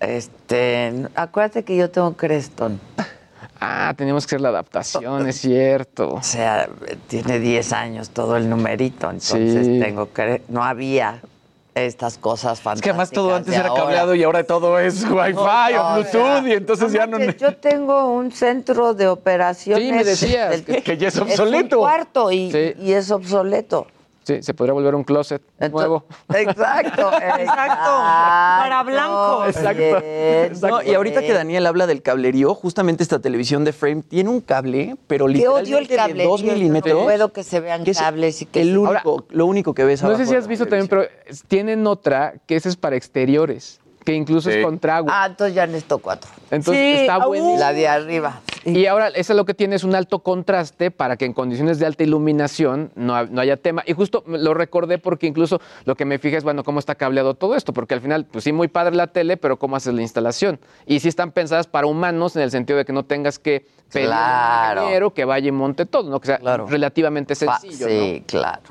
Este, acuérdate que yo tengo Creston.
Ah, tenemos que hacer la adaptación, es cierto. O
sea, tiene 10 años todo el numerito, entonces
Sí.
tengo que... No había estas cosas fantásticas
Es que además todo antes
de
era
ahora.
cableado y ahora todo es Wi-Fi
No,
o Bluetooth y entonces ya no...
Yo tengo un centro de operaciones.
Sí, me decías que- que ya es obsoleto.
un cuarto y,
Sí.
y es obsoleto.
Sí, se podría volver un closet nuevo.
Exacto. eh,
Exacto. Para blancos.
Exacto.
No, y ahorita que Daniel habla del cablerío, justamente esta televisión de frame tiene un cable, pero
Te odio el
literalmente
cable.
de 2 milímetros.
No puedo que se vean
que es
cables y que
el
se-
único, lo único que ves
No sé
abajo
si
de
has
la
visto también, pero es- tienen otra que esa es para exteriores, que incluso
Sí.
es contra agua.
Ah, entonces ya necesito cuatro.
Entonces
Sí,
está
ah,
buena.
uh. La de arriba.
Y ahora, eso es lo que tiene es un alto contraste para que en condiciones de alta iluminación no, ha- no haya tema. Y justo me- lo recordé porque incluso lo que me fijé es, bueno, cómo está cableado todo esto, porque al final, pues sí, muy padre la tele, pero cómo haces la instalación. Y sí están pensadas para humanos en el sentido de que no tengas que pedir a un
Claro.
ingeniero que vaya y monte todo, ¿no? Que sea relativamente
Pa-
sencillo,
sí,
¿no?
claro.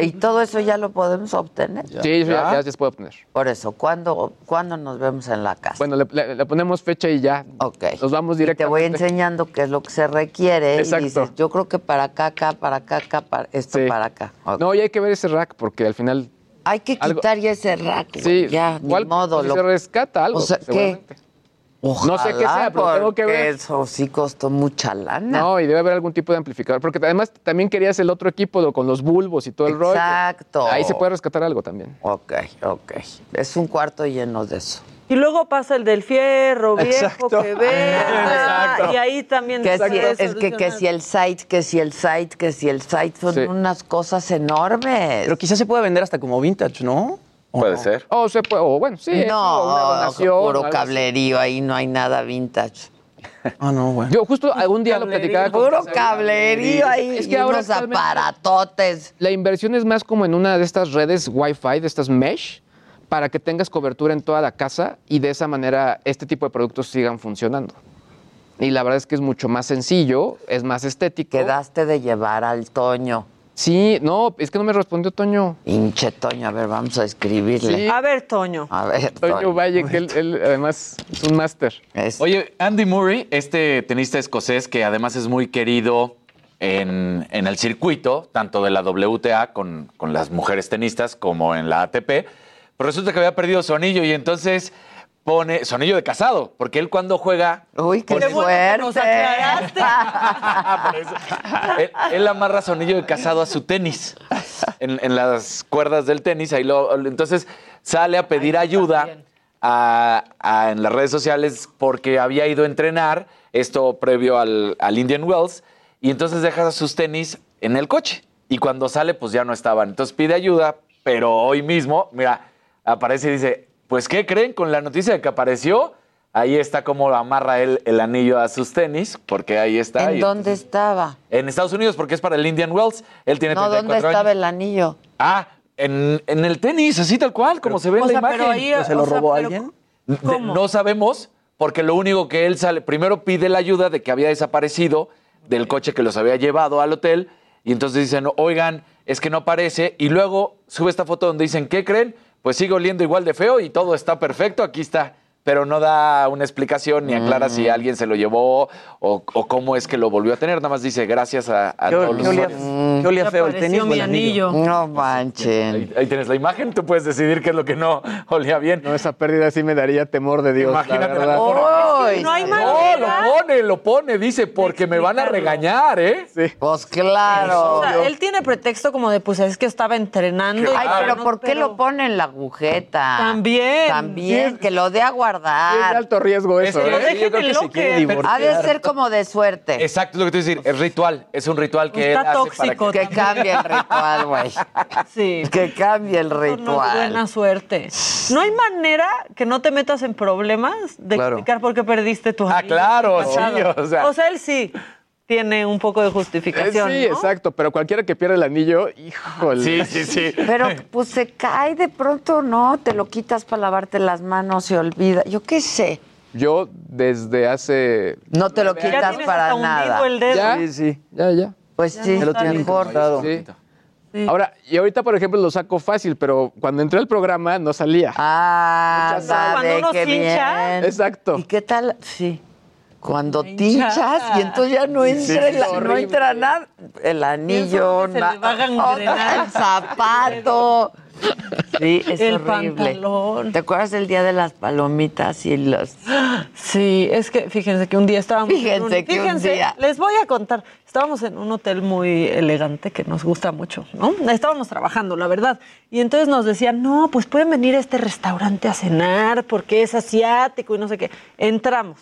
Y todo eso ya lo podemos obtener.
Sí, eso ya, ya se puede obtener.
Por eso, ¿cuándo, ¿cuándo nos vemos en la casa?
Bueno, le, le- le ponemos fecha y ya.
Ok.
Nos
Y
vamos
te
directamente.
voy enseñando qué es lo que se requiere.
Exacto.
Y dices, yo creo que para acá, acá, para acá, acá, para esto, para acá.
No, y hay que ver ese rack porque al final.
Hay que
Algo-
quitar ya ese rack.
Sí,
ya, ni
¿cuál-
modo.
si se rescata algo,
O sea, ¿qué?
seguramente. No sé qué sea, pero
Ojalá,
tengo que ver.
porque Eso sí costó mucha lana.
No, y debe haber algún tipo de amplificador. Porque además también querías el otro equipo lo- con los bulbos y todo el rollo.
Exacto.
Ahí se puede rescatar algo también.
Ok, ok. Es un cuarto lleno de eso.
Y luego pasa el del fierro viejo
Exacto.
que ve.
Exacto.
Y ahí también
Que
se
si,
puede
es que, que
solucionar.
si el site, que si el site, que si el site, son
Sí.
unas cosas enormes.
Pero quizás se puede vender hasta como vintage, ¿no?
Puede ser.
O se puede, o bueno, sí.
no,
una donación,
puro
algo así.
cablerío, ahí no hay nada vintage.
Ah, no, bueno.
Yo justo algún día lo platicaba con
Puro
Casarín.
cablerío ahí
Es
y
que ahora
unos
actualmente-
aparatotes.
La inversión es más como en una de estas redes Wi-Fi, de estas mesh, para que tengas cobertura en toda la casa y de esa manera este tipo de productos sigan funcionando. Y la verdad es que es mucho más sencillo, es más estético.
Quedaste de llevar al Toño.
Sí, no, es que no me respondió Toño.
Hinche Toño, a ver, vamos a escribirle.
Sí.
A ver, Toño.
A ver,
Toño Valle, que él, él además es un máster.
Oye, Andy Murray, este tenista escocés que además es muy querido en, en el circuito, tanto de la WTA con, con las mujeres tenistas como en la ATP, pero resulta que había perdido su anillo y entonces pone su anillo de casado, porque él cuando juega...
Uy, qué
Nos
fuerte.
aclaraste.
Ah, Él, él amarra su anillo de casado a su tenis. En, en las cuerdas del tenis, ahí lo. Entonces sale a pedir ayuda a- a- en las redes sociales porque había ido a entrenar, esto previo al, al Indian Wells, y entonces deja sus tenis en el coche. Y cuando sale, pues ya no estaban. Entonces pide ayuda, pero hoy mismo, mira, aparece y dice: Pues, ¿qué creen con la noticia de que apareció? Ahí está como amarra él el anillo a sus tenis, porque ahí está.
¿En
y
dónde estaba?
en Estados Unidos, porque es para el Indian Wells. Él tiene
No,
34
¿dónde estaba
años.
el anillo?
Ah, en, en el tenis, así tal cual, como se ve
o
en la
sea,
imagen.
pero ahí, ¿Pero se lo o sea, robó pero- alguien?
De- no sabemos, porque lo único que él sale, primero pide la ayuda de que había desaparecido del coche que los había llevado al hotel, y entonces dicen, oigan, es que no aparece, y luego sube esta foto donde dicen, ¿qué creen? Pues sigue oliendo igual de feo y todo está perfecto, aquí está. pero no da una explicación ni aclara
Mm.
si alguien se lo llevó o, o cómo es que lo volvió a tener. Nada más dice gracias a, a
¿Qué,
todos los
qué olía,
usuarios.
qué olía feo el tenis? o el
No manchen.
Ahí tienes la imagen, tú puedes decidir qué es lo que no olía bien. No, esa pérdida sí me daría temor de Dios. Imagínate
verdad.
No hay No, lo pone, lo pone, dice, porque me van a regañar, ¿eh?
Pues claro.
O sea, él tiene pretexto como de, pues es que estaba entrenando. y
Ay,
claro,
pero
no,
¿por qué lo pone en la agujeta?
También.
También, que lo dé a guardar.
Es de alto riesgo
Es
eso,
que
¿eh?
yo creo que se quiere divorciar.
Ha de ser como de suerte.
Exacto, es lo que te voy a decir. Es ritual. Es un ritual que él
Está
hace
tóxico.
para
Que cambie el ritual, Ah, güey.
Sí.
Que cambie el
No es
ritual.
buena suerte. No hay manera que no te metas en problemas de
Claro.
explicar por qué perdiste tu Ah,
claro, sí, o sea.
él sí tiene un poco de justificación.
Eh, Sí,
¿no?
exacto, pero cualquiera que pierda el anillo, híjole.
Sí, sí, sí.
Pero pues se cae de pronto, ¿no? Te lo quitas para lavarte las manos, se olvida. Yo qué sé.
Yo desde hace...
No te lo
Ya
quitas
tienes
para
hasta hundido
nada.
el dedo. Ya.
Sí, sí.
Ya, ya.
Pues sí,
Ya lo tiene
mejor.
Sí. Ahora, y ahorita, por ejemplo, lo saco fácil, pero cuando entré al programa no salía.
Ah,
Muchas gracias.
anda, ve qué bien.
Exacto.
¿Y qué tal? Sí. Cuando tinchas y entonces ya no
Sí,
entra,
sí,
el-
sí.
no entra nada. El anillo,
que se
na-
le va a gangrenar.
el zapato. Sí, es
El
horrible. ¿Te acuerdas del día de las palomitas y los
Sí, es que fíjense que un día estábamos. en
Fíjense
un-
que un
fíjense,
día.
Les voy a contar. Estábamos en un hotel muy elegante que nos gusta mucho, ¿no? Estábamos trabajando, la verdad. Y entonces nos decían, no, pues pueden venir a este restaurante a cenar porque es asiático y no sé qué. Entramos,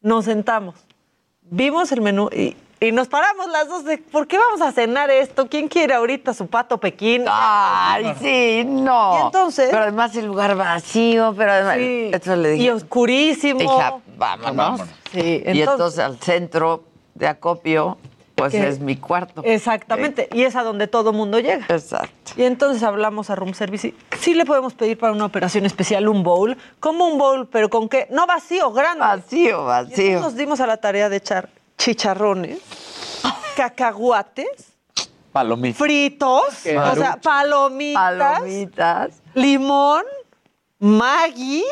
nos sentamos, vimos el menú y. y nos paramos las dos de, ¿por qué vamos a cenar esto? ¿Quién quiere ahorita su pato Pekín?
Ay, sí,
Y
no.
entonces.
Pero además el lugar vacío, pero además.
Sí.
Ah, Eso le dije.
Y oscurísimo.
Hija, vámonos.
Sí,
y entonces al centro de acopio, pues
Que-
es mi cuarto.
Exactamente, y es a donde todo mundo llega.
Exacto.
Y entonces hablamos a Room Service y sí le podemos pedir para una operación especial un bowl. ¿Cómo un bowl? ¿Pero con qué? No vacío, grande.
Vacío,
Y
vacío.
entonces nos dimos a la tarea de echar chicharrones, cacahuates,
Palomita.
fritos,
Qué
o
marucha.
sea, palomitas, limón, Maggi,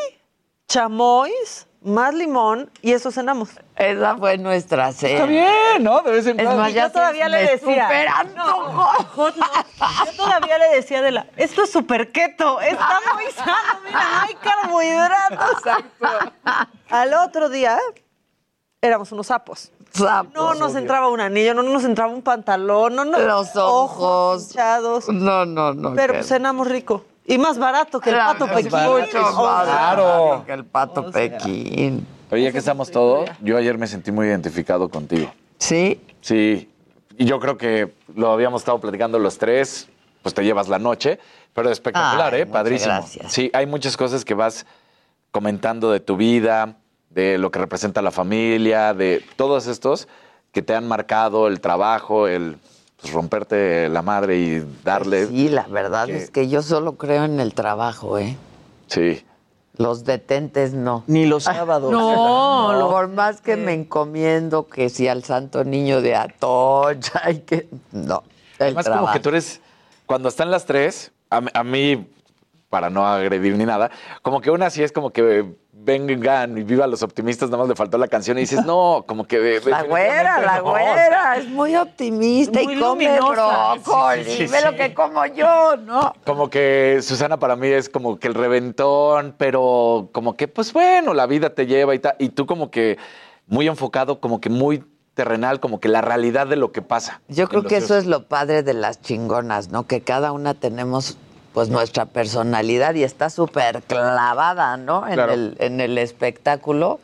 chamois, más limón y eso cenamos.
Esa fue nuestra cena.
Está
bien, ¿no? De vez en
Es más,
ya
yo todavía
se
le
me
decía.
superan
No, hot no. Yo todavía le decía de la. Esto es super keto. Está muy sano. Mira, no hay carbohidratos. Al otro día éramos unos sapos. No nos entraba un anillo, no nos entraba un pantalón, no, no.
Los ojos.
hinchados.
No, no, no.
Pero
qué-
pues, cenamos rico. Y más barato que el
Claro,
pato
más
pequín.
barato,
O sea,
más
Claro.
El pato Pekín.
Oye, que estamos todos, yo ayer me sentí muy identificado contigo.
¿Sí?
Sí. Y yo creo que lo habíamos estado platicando los tres, pues te llevas la noche, pero espectacular,
Ay,
¿eh?
muchas
Padrísimo.
gracias.
Sí, hay muchas cosas que vas comentando de tu vida, de lo que representa la familia, de todos estos que te han marcado el trabajo, el pues, romperte la madre y darle.
Sí, la verdad es que yo solo creo en el trabajo, ¿eh?
Sí.
Los detentes no. Ah,
Ni los sábados.
No, por más que me encomiendo que si al santo niño de Atocha y que. No. El
Además,
trabajo.
como que tú eres. Cuando están las tres, a, m- a mí, para no agredir ni nada, como que una sí es como que vengan y viva los optimistas, nada más le faltó la canción y dices, no, como que.
La güera, la güera, es muy optimista
Muy
y come
luminosa.
brócoli.
Sí, sí, sí,
Ve
sí.
lo que como yo, ¿no?
Como que Susana para mí es como que el reventón, pero como que, pues bueno, la vida te lleva y tal. Y tú, como que muy enfocado, como que muy terrenal, como que la realidad de lo que pasa.
Yo creo
en los
que eso
shows.
es lo padre de las chingonas, ¿no? Que cada una tenemos pues nuestra personalidad y está súper clavada, ¿no? En,
Claro.
el, en el espectáculo.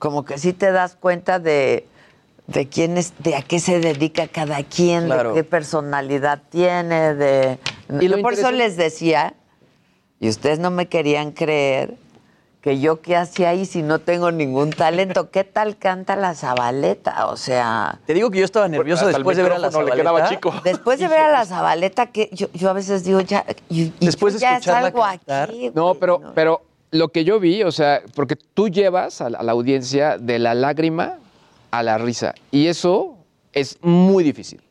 Como que sí te das cuenta de, de quién es, de a qué se dedica cada quien,
Claro.
de qué personalidad tiene, de.
Y lo
por eso
interesante-
les decía, y ustedes no me querían creer, que yo qué hacía ahí si no tengo ningún talento. ¿Qué tal canta la Zabaleta? O sea.
Te digo que yo estaba nervioso
Hasta el
después de ver a la
micrófono
Zabaleta.
le quedaba chico. pues, Después de ver a la Zabaleta, que yo, yo a veces digo, ya. y- y
Después
yo
de
ya
escucharla
salgo
cantar.
aquí.
No, pero, pero lo que yo vi, o sea, porque tú llevas a la, a la audiencia de la lágrima a la risa. Y eso es muy difícil.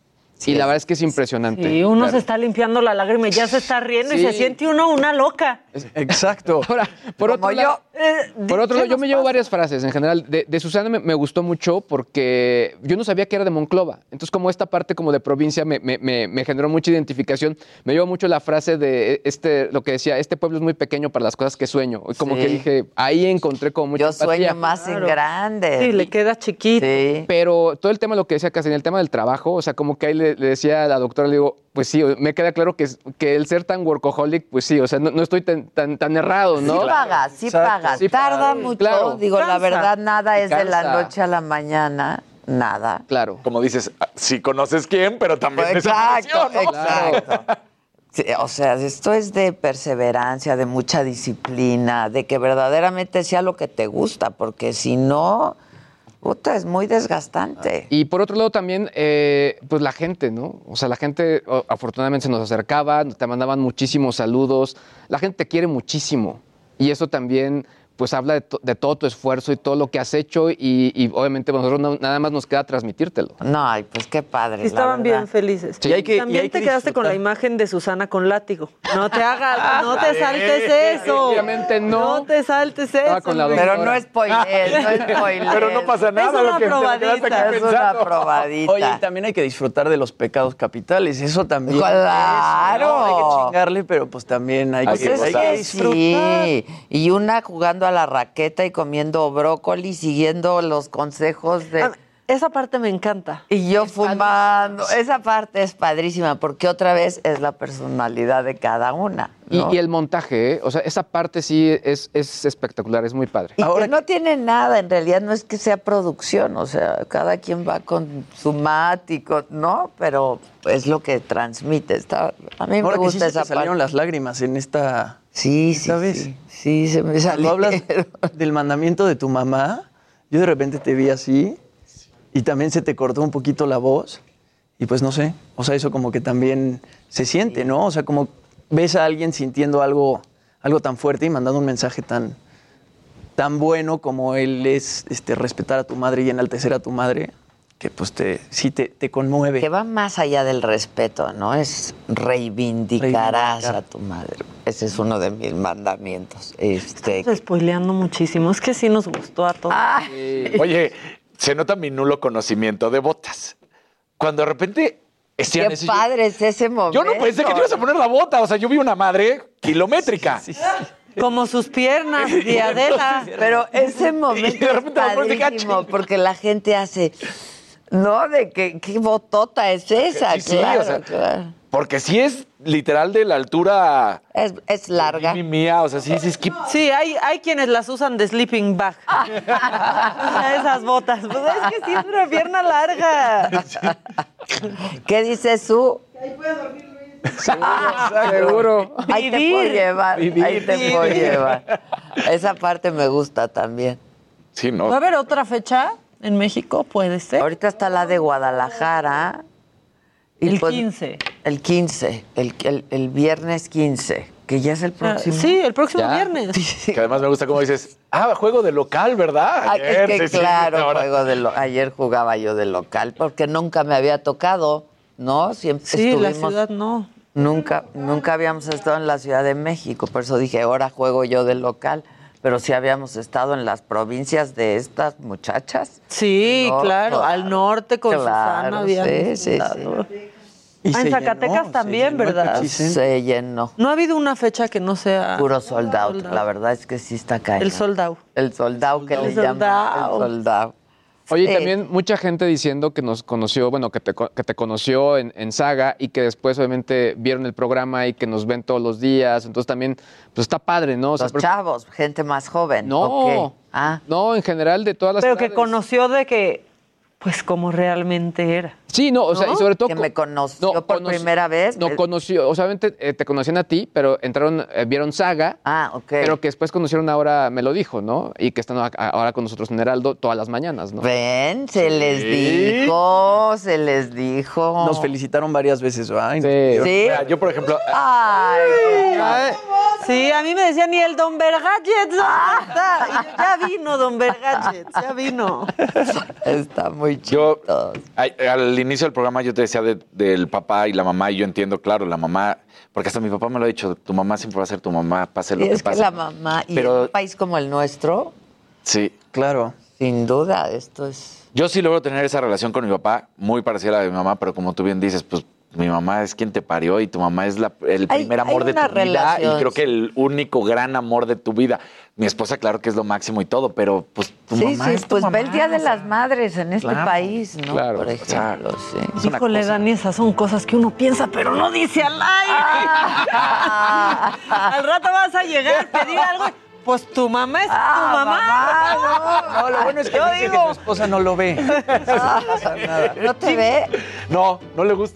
y la verdad es que es impresionante.
Y uno se está limpiando la lágrima y ya se está riendo y se
Sí.
siente uno una loca.
Exacto.
Ahora, por
Como
otro lado,
yo. Eh,
por
¿qué
otro lado, yo
nos
me llevo varias frases en general. De, de Susana me, me gustó mucho porque yo no sabía que era de Monclova. Entonces, como esta parte como de provincia me, me- me- me generó mucha identificación, me llevo mucho la frase de eh, este, lo que decía, este pueblo es muy pequeño para las cosas que sueño. Y como
Sí.
que dije, ahí encontré como mucha
Yo sueño
empatía.
más en grande.
queda chiquito.
Pero todo el tema, lo que decía Casen, el tema del trabajo, o sea, como que ahí le, le decía a la doctora, le digo, pues sí, me queda claro que, es- que el ser tan workaholic, pues sí, o sea, no, no estoy tan, tan, tan errado,
Sí
¿no?
paga, sí
Exacto.
paga.
Sí
Tarda
paga.
mucho.
Claro.
Digo, la
Cansa.
verdad, nada
Y
es de la
cansa.
noche a la mañana. Nada.
Claro.
Como dices, ah, sí conoces quién, pero también es una
Exacto,
presión, ¿no?
exacto. Sí, o sea, esto es de perseverancia, de mucha disciplina, de que verdaderamente sea lo que te gusta, porque si no, puta, es muy desgastante.
Y por otro lado también, eh, pues la gente, ¿no? O sea, la gente o- afortunadamente se nos acercaba, te mandaban muchísimos saludos, la gente te quiere muchísimo. Y eso también, pues habla de, to- de todo tu esfuerzo y todo lo que has hecho y, y obviamente pues, nosotros no- nada más nos queda transmitírtelo.
No, ay, pues qué padre.
Sí, estaban bien felices.
Sí. Y hay que-
También
y hay
te
que
quedaste con la imagen de Susana con látigo. No te hagas, no te saltes eso.
Obviamente no.
No te saltes eso.
con la
Luis.
doctora. Pero no
spoilees, no spoilees.
Pero no pasa nada.
Es una
lo que te
probadita,
quedaste aquí
es una
pensando.
probadita.
Oye, y también hay que disfrutar de los pecados capitales, eso también.
Claro.
Eso, ¿no? Hay que chingarle, pero pues también hay
Pues
que,
es
hay
que
que disfrutar.
sí. Y una jugando a la raqueta y comiendo brócoli, siguiendo los consejos de.
Esa parte me encanta.
Y yo fumando. Esa parte es padrísima, porque otra vez es la personalidad de cada una.
Y,
¿no?
y el montaje, ¿eh? o sea, esa parte sí es, es espectacular, es muy padre.
Y que no tiene nada, en realidad no es que sea producción, o sea, cada quien va con su mat y con- no, pero es lo que transmite. Está, a mí
Ahora
me
que sí
gusta
se
esa
te salieron
parte.
las lágrimas en esta.
Sí, sí.
¿Sabes?
Sí, sí, se me salieron.
hablas del mandamiento de tu mamá, yo de repente te vi así y también se te cortó un poquito la voz y pues no sé, o sea, eso como que también se siente, ¿no? O sea, como ves a alguien sintiendo algo, algo tan fuerte y mandando un mensaje tan, tan bueno como él es este, respetar a tu madre y enaltecer a tu madre, que pues te, sí te, te conmueve.
Que va más allá del respeto, ¿no? Es reivindicarás a tu madre. Ese es uno de mis mandamientos. Este,
Estamos spoileando muchísimo. Es que sí nos gustó a todos.
Oye, se nota mi nulo conocimiento de botas. Cuando de repente
qué
estiran eso, yo-
padre es ese momento.
Yo no pensé que te ibas a poner la bota, o sea, yo vi una madre kilométrica.
Como sus piernas, diadela.
Pero ese momento es padrísimo porque la gente hace, ¿no? De que qué botota es esa,
Sí, sí,
claro,
o sea,
claro.
Porque si es literal de la altura
Es, es larga.
mi mía, o sea, sí, sí, es que
Sí, hay, hay quienes las usan de sleeping bag. Esas botas. Pues es que sí es una pierna larga.
¿Qué dice su?
Seguro.
Ahí te puedo
Vivir.
llevar, ahí
Vivir.
te puedo
Vivir.
llevar. Esa parte me gusta también.
Sí,
¿Va a haber otra fecha en México? Puede ser.
Ahorita está la de Guadalajara. Y
El
pues,
15.
El 15, el, el- el viernes 15, que ya es el
Ah,
próximo.
Sí, el próximo
Ya.
viernes.
Que además me gusta cómo dices, ah, juego de local, ¿verdad?
Ah, es
sí,
que
sí,
claro,
ahora-
juego de lo- ayer jugaba yo de local porque nunca me había tocado, ¿no? Siempre
Sí, la
estuvimos
ciudad no.
nunca nunca habíamos estado en la Ciudad de México, por eso dije, ahora juego yo de local, pero sí habíamos estado en las provincias de estas muchachas.
Sí,
No,
claro,
claro.
al norte con
Claro,
Susana había.
sí, sí,
Ah, en Zacatecas también, ¿verdad?
Se llenó.
No ha habido una fecha que no sea
Puro soldado,
sold out.
la verdad es que sí está cañón.
el soldado.
El soldado que
El
le llaman. El
soldado.
soldado.
Oye,
Sí.
y también mucha gente diciendo que nos conoció, bueno, que te, co- que te conoció en, en Saga y que después obviamente vieron el programa y que nos ven todos los días. Entonces también, pues está padre, ¿no? O sea,
Los
pero-
chavos, gente más joven.
No,
¿o qué? Ah.
no, en general de todas las
Pero que
edades.
conoció de que, pues, como realmente era.
Sí, no, o sea,
¿No?
y sobre todo...
Que
co-
me
conoció
no,
por
conocí-
primera vez.
No,
Eh,
conoció, o sea, obviamente eh, te conocían a ti, pero entraron, eh, vieron Saga.
Ah, ok.
Pero que después conocieron ahora, me lo dijo, ¿no? Y que están a- a- ahora con nosotros en Heraldo todas las mañanas, ¿no?
Ven, se les dijo, se les dijo.
Nos felicitaron varias veces, ¿verdad?
Sí.
Mira, yo, por ejemplo,
Ay,
Ay,
Sí, a mí me decían, y el Don Vergadgets. ¡Ah! Y yo, ya vino, Don Vergadgets, ya vino.
Está muy
chido. al inicio del programa yo te decía de- del papá y la mamá, y yo entiendo, claro, la mamá, porque hasta mi papá me lo ha dicho, tu mamá siempre va a ser tu mamá, pase lo
Y
que
es que
pase.
la mamá, y en
Pero-
un país como el nuestro,
Sí.
Claro.
sin duda, esto es.
Yo sí logro tener esa relación con mi papá, muy parecida a la de mi mamá, pero como tú bien dices, pues mi mamá es quien te parió y tu mamá es la- el
Hay-
primer amor
hay
de tu
una
vida
relación,
y creo que el único gran amor de tu vida. Mi esposa, claro que es lo máximo y todo, pero pues tu
sí,
mamá
sí,
es tu
pues
mamá.
ve el Día de las Madres en este
Claro,
país, ¿no?
Claro,
Por
o sea,
ejemplo, sí.
es una
Híjole,
cosa.
Dani, esas son cosas que uno piensa, pero no dice al aire. al rato vas a llegar a pedir algo. y, Pues tu mamá es tu mamá.
No, lo bueno es que
Yo
dice que
digo- "Ah".
tu esposa no lo ve.
¿No te ve?
No, no le gusta.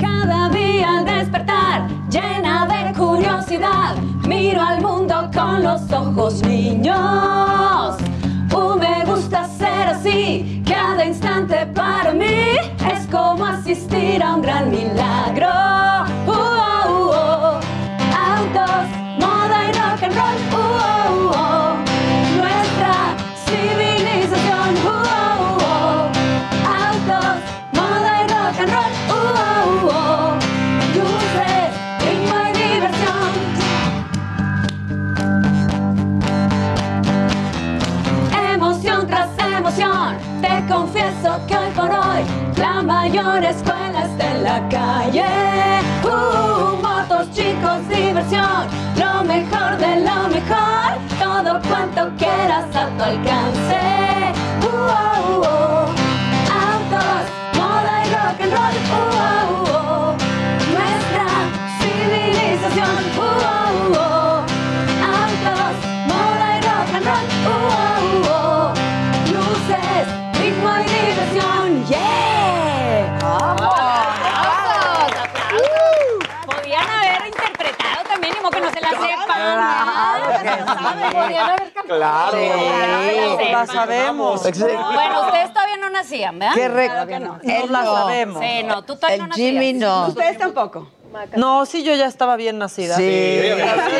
Cada día al despertar, llena de curiosidad, miro al mundo con los ojos niños. Uh, me gusta ser así, cada instante para mí es como asistir a un gran milagro. Uh, oh, uh, oh. Autos, moda y rock and roll. Uh, oh, uh, oh. Nuestra civilización. Uh, oh, uh, oh. Autos, moda y rock and roll. Uh, oh, uh, oh. Luces, ritmo y diversión. Emoción tras emoción, te confieso que hoy por hoy la mayor escuela está en la calle. Uh, motos, chicos, diversión, lo mejor de lo mejor, todo cuanto quieras a tu alcance. Uh, oh, uh, oh. Autos, moda y rock and roll. Uh, oh, uh, oh. Nuestra civilización. Uh, oh, uh, oh. Autos, moda y rock and roll. Uh, oh, uh, oh. Luces, ritmo y diversión. ¡Yeah! Podían haber interpretado también, como que no se la sepan. Podían haber
Claro.
Sí, la sabemos.
Bueno, ustedes todavía no nacían, ¿verdad?
Qué re-
Claro que no.
Él No la no. sabemos.
Sí, no, tú todavía no nacías.
Ustedes tampoco. No, sí, yo ya estaba bien nacida.
Sí,
Sí,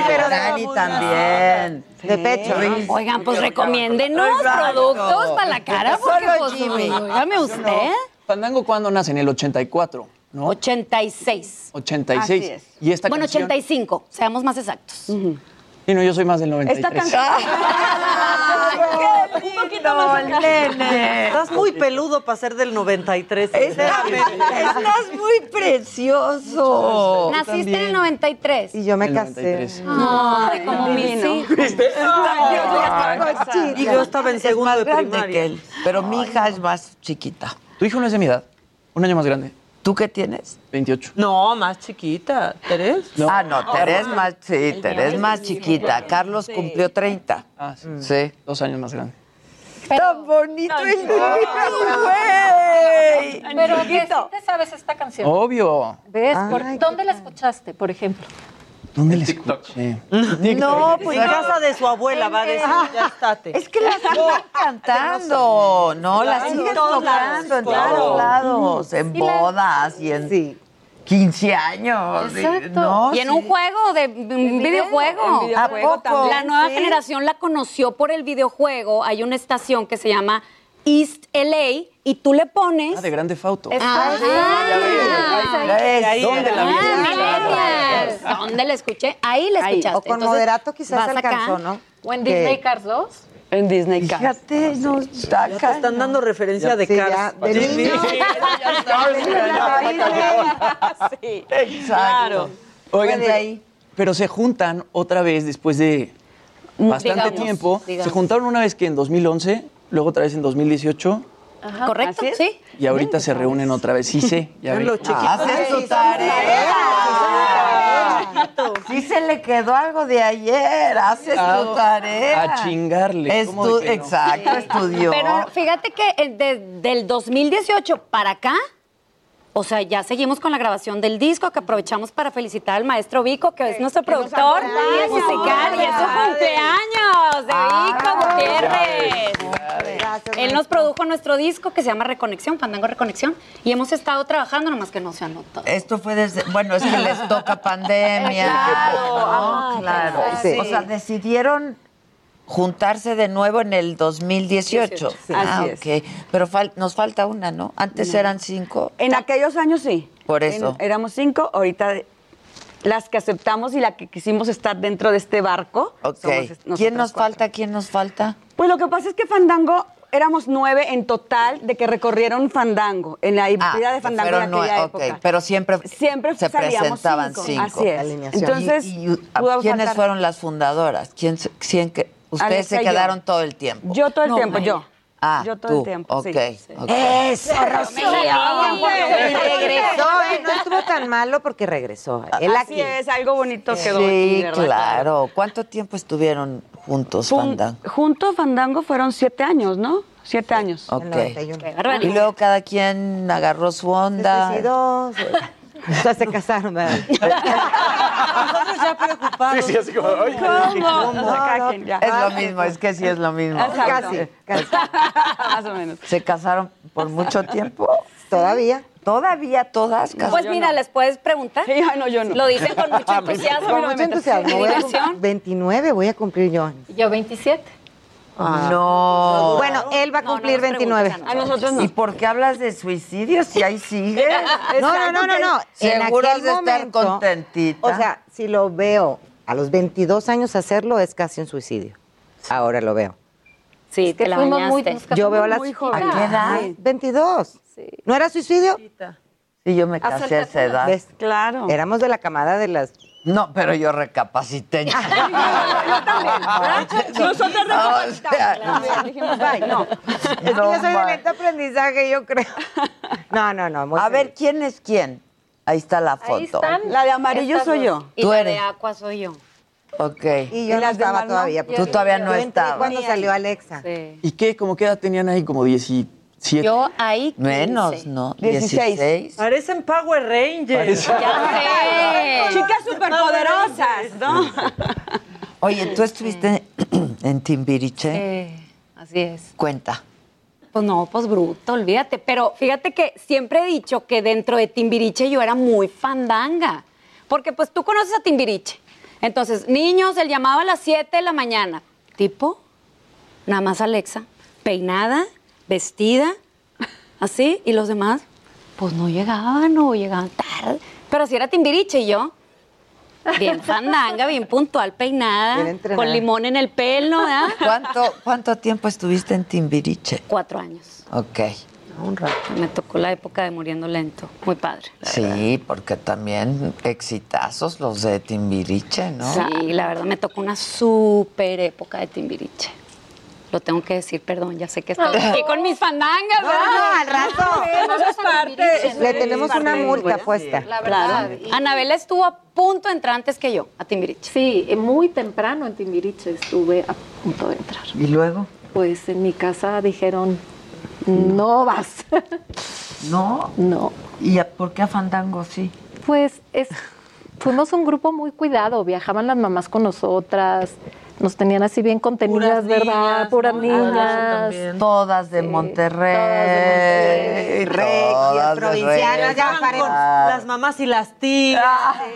pero
Dani también. De pecho.
Oigan, pues recomiéndenos productos para la cara, porque pues, dígame usted.
Fandango, ¿cuándo nace? En el 84, ¿no?
86.
86.
Así es.
Y esta
Bueno,
canción-
85, seamos más exactos.
Y no, yo soy más del 93.
Esta canción.
Un poquito más acá. Estás muy peludo para ser del 93. sinceramente.
Estás muy precioso.
Naciste en el 93.
Y yo me casé.
93. Ay, como mis hijos.
Y yo estaba en segundo de primaria. Pero mi hija es más chiquita.
¿Tu hijo no es de mi edad? Un año más grande.
¿Tú qué tienes?
28.
No, más chiquita. ¿Terés?
Ah, no, Terés más, sí, Terés más chiquita. Carlos cumplió 30.
Ah, sí.
Sí.
Dos años más grande.
Tan bonito el niño, güey.
Pero ¿qué te sabes esta canción?
Obvio.
¿Ves?
Ah.
Por- ¿Dónde la escuchaste, por ejemplo?
¿Dónde le escuché?
No, pues en casa de su abuela va a decir,
Ah,
ya estate.
Es que la siguen cantando, ¿no? La
Claro.
siguen
En todos
tocando en
lados, claro.
todos lados, en
Y la-
bodas y en 15 años. y- ¿no?
y en un juego de un
en
videojuego.
videojuego ¿A poco? también,
La nueva
sí.
generación la conoció por el videojuego. Hay una estación que se llama East LA y tú le pones.
Ah, de grande fauto.
Ajá.
¿Dónde la viste?
Ah, millennials. ¿Dónde la escuché? Ahí la
Ahí.
escuchaste.
O con
Entonces,
Moderato quizás
vas
alcanzó,
acá.
¿O en Disney Cars 2?
En Disney Cars.
Fíjate, no, está
Ya te están dando referencia de
Sí,
Cars.
ya, del niño.
Sí.
Claro. Oigan,
Fue de
pero,
ahí.
pero se juntan otra vez después de
Mm,
bastante
digamos,
tiempo.
digamos.
Se juntaron una vez que en 2011, luego otra vez en 2018
¿Correcto? Sí.
y ahorita se reúnen otra vez. Sí sé, ya
Ven
vi.
lo chiquito. Hace su tarea. Sí se le quedó algo de ayer. Hace su
Ah,
tarea.
A chingarle. ¿cómo
Estu-
de que no?
Exacto, estudió.
Pero fíjate que eh, desde el 2018 para acá, o sea, ya seguimos con la grabación del disco que aprovechamos para felicitar al maestro Vico, que es nuestro productor
acompaña.
musical y es su cumpleaños de Vico Gutiérrez. Él nos produjo nuestro disco que se llama Reconexión, Fandango Reconexión, y hemos estado trabajando, nomás que no se han notado.
Esto fue desde. Bueno, es que les toca pandemia.
Claro, ah,
¿no?
ajá,
claro.
claro.
O sea, decidieron juntarse de nuevo en el 2018.
Sí.
Ah,
Así es.
ok. Pero fal- nos falta una, ¿no? Antes
No.
eran cinco.
En aquellos años sí.
Por eso.
En- éramos cinco, ahorita de- las que aceptamos y la que quisimos estar dentro de este barco.
Ok.
este,
¿Quién nos falta? ¿Quién nos falta?
Pues lo que pasa es que Fandango éramos nueve en total de que recorrieron Fandango, en la vida de Fandango de
Ah, fueron
aquella
nueve,
época.
ok, pero siempre,
Siempre
se
salíamos
presentaban
cinco,
cinco.
así es. Alineación. Entonces,
Y- y- ¿a-
pudo
¿quiénes
faltar-
fueron las fundadoras? ¿Quién, se- quién que- ustedes
Alexa
se
y yo.
quedaron todo el tiempo.
Yo todo el
No,
tiempo,
Maya.
yo.
Ah,
Yo todo el
tú,
tiempo, sí.
ok,
Sí.
ok.
Eso,
Rocío.
¿eh?
Y regresó, ¿eh? No estuvo tan malo porque regresó. Él
Así
aquí.
es, algo bonito quedó aquí,
Sí,
¿verdad?
claro. ¿Cuánto tiempo estuvieron juntos,
Fun-
Fandango?
Junto a Fandango fueron siete años, ¿no? Siete años.
Ok.
barbaridad.
Y luego cada quien agarró su onda.
O sea, se casaron, ¿verdad? Nosotros ya preocupados.
Sí, sí, así como, "Ay, ¿cómo?
Cada quien, ya.
Es
Ah,
lo mismo, es que sí es lo mismo.
Exacto. Más o menos.
¿Se casaron por mucho tiempo? Todavía. Todavía todas casadas.
Pues mira, ¿les puedes preguntar? no, yo no. Lo dicen con mucho entusiasmo.
Con mucho entusiasmo.
Y
¿eh?
Voy a cum-
diversión.
29 voy a cumplir yo.
Yo 27.
Ah.
No.
Bueno, él va a cumplir 29.
¿Y por qué hablas de suicidio si ahí sigue?
No, no, no, no, no. En
Seguro has
aquel
de estar
momento,
contentita.
O sea, si lo veo a los 22 años hacerlo es casi un suicidio. Ahora lo veo.
Sí, te la
Fuimos muy-
bañaste.
Yo veo las
¿A qué edad?
Sí, 22. ¿No era suicidio?
Sí, yo me casé a esa edad.
¿Ves?
Claro.
Éramos de la camada de las
No, pero yo recapacité.
Nosotros no. Es que yo soy de
ma.
lento aprendizaje, yo creo. No, no, no. muy
A ver,
feliz.
¿quién es quién? Ahí está la foto.
La de amarillo
Estas
soy
dos.
yo.
Y Tú la de eres.
agua soy yo.
Ok.
Y yo no estaba todavía. porque
Tú todavía no
yo entré
estabas.
cuando salió Alexa.
¿Y qué? ¿Cómo qué edad tenían ahí? Como 17.
Yo ahí.
Menos, ¿no? 16.
Parecen Power Rangers.
Parecen-
Ya sé. Chicas superpoderosas, ¿no?
Oye, tú estuviste en
Eh.
Timbiriche.
Eh, Así es.
Cuenta.
Pues no, pues bruto, olvídate. Pero fíjate que siempre he dicho que dentro de Timbiriche yo era muy fandanga. Porque pues tú conoces a Timbiriche. Entonces, niños, el llamado a las 7 de la mañana. Tipo, nada más Alexa, peinada, vestida, así. Y los demás, pues no llegaban o llegaban tarde. Pero así era Timbiriche y yo. Bien fandanga, bien puntual,
Bien
peinada,
entrenada.
con limón en el pelo, ¿verdad?
¿Cuánto, ¿Cuánto tiempo estuviste en Timbiriche?
Cuatro años.
Ok. Un rato.
Me tocó la época de Muriendo Lento. Muy padre.
Sí, porque también exitazos los de Timbiriche, ¿no?
Sí, la verdad me tocó una súper época de Timbiriche. Lo tengo que decir, perdón, ya sé que estoy aquí con mis fandangas,
No,
¿verdad?
no, al rato.
Eso es parte.
Le tenemos una multa puesta.
La verdad.
Claro. Anabela estuvo a punto de entrar antes que yo a Timbiriche.
Sí, eh, muy temprano en Timbiriche estuve a punto de entrar.
¿Y luego?
Pues en mi casa dijeron, no vas.
No.
No.
¿Y a- por qué a Fandango sí?
Pues es, fuimos un grupo muy cuidado, viajaban las mamás con nosotras, nos tenían así bien contenidas, ¿verdad? Puras niñas.
Todas de Monterrey. Todas de
provincianas,
Reyes.
ya para- las mamás y las tías.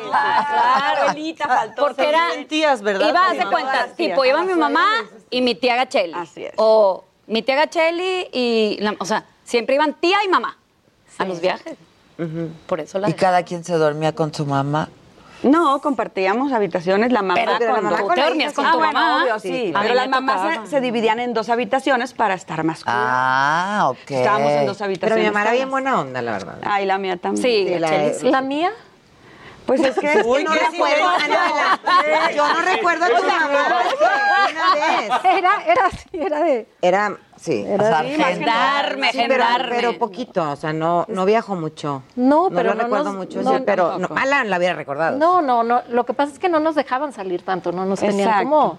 claro.
Abuelita faltó.
Porque era.
También tías, ¿verdad?
Iba,
Sí,
hace
mamá,
cuenta,
las tías.
tipo, iba mi mamá y mi tía Gacheli. Así es. O mi tía Gacheli y. la- o sea, siempre iban tía y mamá a los viajes. Por eso la
Y cada quien se dormía con su mamá.
No, compartíamos habitaciones, la mamá
Pero
con,
la mamá
dos.
con la hija sí.
Ah,
Ah,
bueno,
mamá.
obvio,
Sí,
sí.
a mí
Pero
me
las mamás
tocaba.
se, se dividían en dos habitaciones para estar más cómodas.
Ah, ok.
Estábamos en dos
Pero
habitaciones.
mi mamá era bien
cada-
buena onda, la verdad.
Ay, la mía también.
Sí, Sí, la la- Chelis. ¿La
mía? Pues es que,
Uy,
no
qué
Pues,
recuerdo.
silencio. Manuela. Yo no recuerdo a tu mamá. Una vez.
Era, era así, era de.
Era, sí.
Era
o sea,
así, más gendarme,
pero,
gendarme.
pero poquito, o sea, no, no viajo mucho.
No,
No
pero
lo
no
recuerdo
nos-
mucho,
no,
sí, pero no,
tampoco.
Alan la hubiera recordado.
No, no, no. Lo que pasa es que no nos dejaban salir tanto, no nos tenían
Exacto.
como.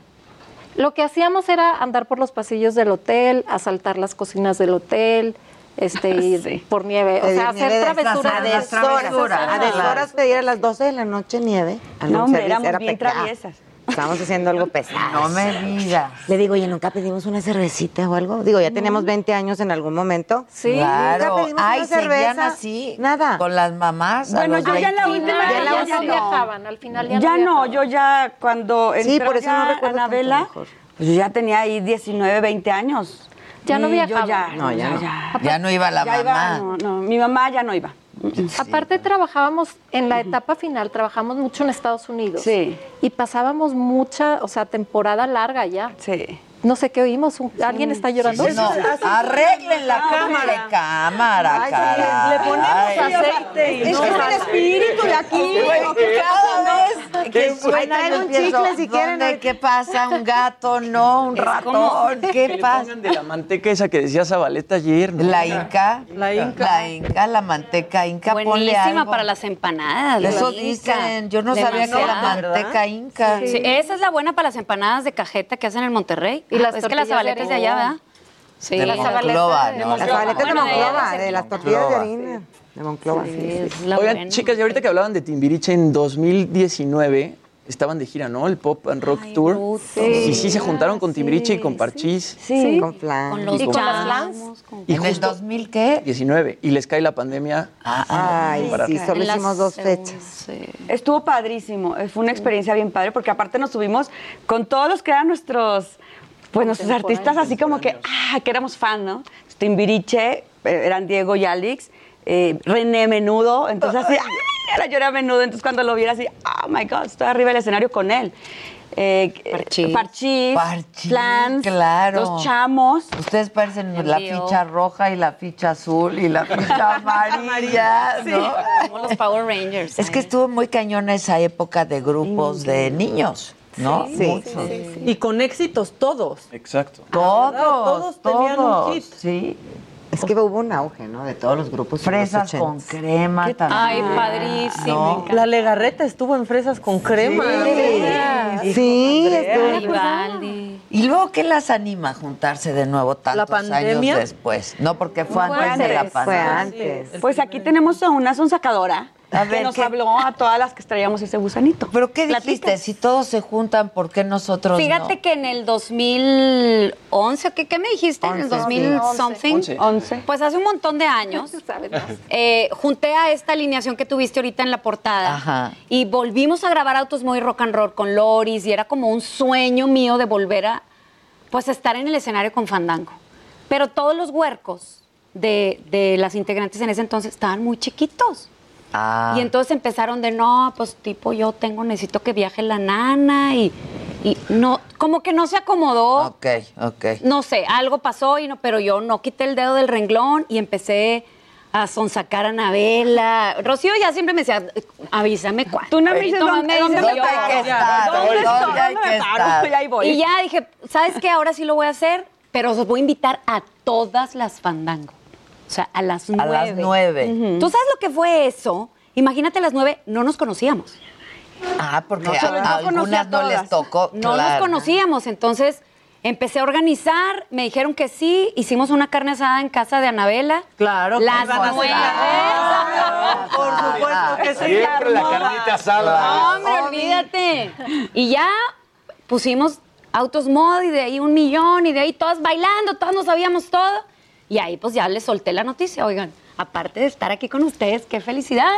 Lo que hacíamos era andar por los pasillos del hotel, asaltar las cocinas del hotel, este, ir por nieve, o
Pedir
sea,
nieve de
hacer travesuras.
esas, A deshoras, a deshoras pedir a las 12 de la noche nieve. a No, room hombre, service, éramos era bien pecado. traviesas. Estábamos haciendo algo pesado.
No me digas.
Le digo, oye, ¿nunca pedimos una cervecita o algo? Digo, ya teníamos 20 años en algún momento.
Sí.
Nunca
Claro.
pedimos
Ay,
una
seguían
cerveza.
así,
Nada.
Con las mamás. a
Bueno,
los
yo ya en la
20.
última-
Ya en la
ya
última-
no viajaban, al final ya,
Ya no,
viajaban.
yo ya cuando
Sí,
entré
por eso no
ya
recuerdo tanto,
Anabela,
mejor.
pues yo ya tenía ahí 19, 20 años.
Ya no
Y yo
viajaban.
ya-
No, ya no.
Ya no iba la
ya iba,
mamá.
no, no, mi mamá ya no iba. Mm.
Aparte trabajábamos en la etapa final, trabajamos mucho en Estados Unidos.
Sí.
Y pasábamos mucha, o sea, temporada larga ya.
Sí.
No sé qué oímos, un- alguien está llorando.
No, arreglen la cámara, cámara, cara.
le ponemos aceite y
Es
no
que es el
sale.
espíritu de aquí.
Bueno,
que Cada vez
Qué
que
bueno.
suena, yo
Ahí traen un
pienso,
chicle si quieren.
¿dónde? ¿Qué pasa? ¿Un gato? ¿No? ¿Un ratón? ¿Qué pasa?
De la manteca esa que decía Zabaleta ayer. ¿no?
La inca. La
Inca.
La inca, la manteca inca. ponle
Buenísima
algo.
para las empanadas. la
Eso
inca.
dicen. Yo no sabía que la
Demasiado.
manteca inca.
Sí, esa es la buena para las empanadas de cajeta que hacen en Monterrey. Ah, pues
Y las
es que las
tortillas de
sabaletas de allá,
harina.
¿verdad? Sí,
De
las
Monclova,
sabaletas de
¿no?
Las paletas de
Bueno, de
Monclova,
ellas,
de las tortillas de
Monclova.
harina. De Monclova, sí. sí.
Oigan, chicas, y ahorita que hablaban de Timbiriche, en 2019 estaban de gira, ¿no? El Pop and Rock Tour. Y sí se juntaron con Timbiriche y con Parchís.
Sí. Con flan.
Con los Y con las chamos,
pues,
flans. Y
¿En el
justo-
2000 qué?
19. Y les cae la pandemia.
ah,
Ay,
Para-
Ah, sí, solo hicimos dos fechas.
Estuvo padrísimo, eh, fue una experiencia bien padre porque aparte nos subimos con todos los que eran nuestros pues nuestros artistas así como que ah, que éramos fan, ¿no? Timbiriche, eh, eran Diego y Alex, eh, René Menudo, entonces así, ¡ay! era yo era Menudo, entonces cuando lo viera así, oh my god, estoy arriba del escenario con él. Eh, parchís, parchís, Flans,
claro.
los chamos.
Ustedes parecen la
Envío.
ficha roja y la ficha azul y la ficha amarilla,
Sí.
¿no?
Como los Power Rangers.
Es que estuvo muy cañona esa época de grupos de niños, ¿no?
Sí,
Muchos.
Y con éxitos todos.
Exacto.
Todos
Todos,
tenían un
todos,
hit.
Sí.
Es que hubo un auge, ¿no? De todos los grupos. en los
Fresas con
80s.
crema también.
Ay,
¿no?
padrísimo. La legarreta estuvo en fresas con crema.
Sí,
Sí, estuvo-
pues,
¿Y luego qué las anima a juntarse de nuevo tantos
pandemia?
años después? No, porque fue
Fue
antes, de la
antes, fue
pandemia.
antes. Pues aquí tenemos a una sonsacadora que nos habló a todas las que traíamos ese gusanito.
¿Pero qué dijiste? Si todos se juntan, ¿por qué nosotros
Fíjate que en el 2011, ¿qué, qué me dijiste? ¿En el 2000
Once.
something?
Once. Once.
Pues hace un montón de años eh, junté a esta alineación que tuviste ahorita en la portada
Ajá.
y volvimos a grabar Autos Muy Rock and Roll con Loris y era como un sueño mío de volver a pues estar en el escenario con Fandango. Pero todos los huercos de, de las integrantes en ese entonces estaban muy chiquitos.
no? Ah,
Y entonces empezaron de, no, pues tipo, yo tengo, necesito que viaje la nana y, y no, como que no se acomodó,
ok, ok.
no sé, algo pasó, y no, pero yo no quité el dedo del renglón y empecé a sonsacar a Anabela. Rocío ya siempre me decía, avísame cuándo. Tú
no me dices dónde- dónde hay que estar, ¿Dónde dónde estoy? hay ¿Dónde me que paro? estar. Y ahí voy.
Y ya dije, ¿sabes qué? Ahora sí lo voy a hacer, pero os voy a invitar a todas las fandango. O sea, a las nueve.
A las nueve. Ujú.
¿Tú sabes lo que fue eso? Imagínate, a las nueve no nos conocíamos.
Ah, porque
No,
a,
sobre todo
a
conocí a
algunas no les
todas.
tocó.
No nos
claro.
conocíamos, entonces empecé a organizar, me dijeron que sí, hicimos una carne asada en casa de Anabela. Claro, las
iban a
nueve.
Por supuesto
que sí.
Siempre la carnita asada.
No, hombre, olvídate. Y ya pusimos autos mod y de ahí un millón y de ahí todas bailando, todas nos sabíamos todo. Y ahí pues ya les solté la noticia, oigan, aparte de estar aquí con ustedes, qué felicidad.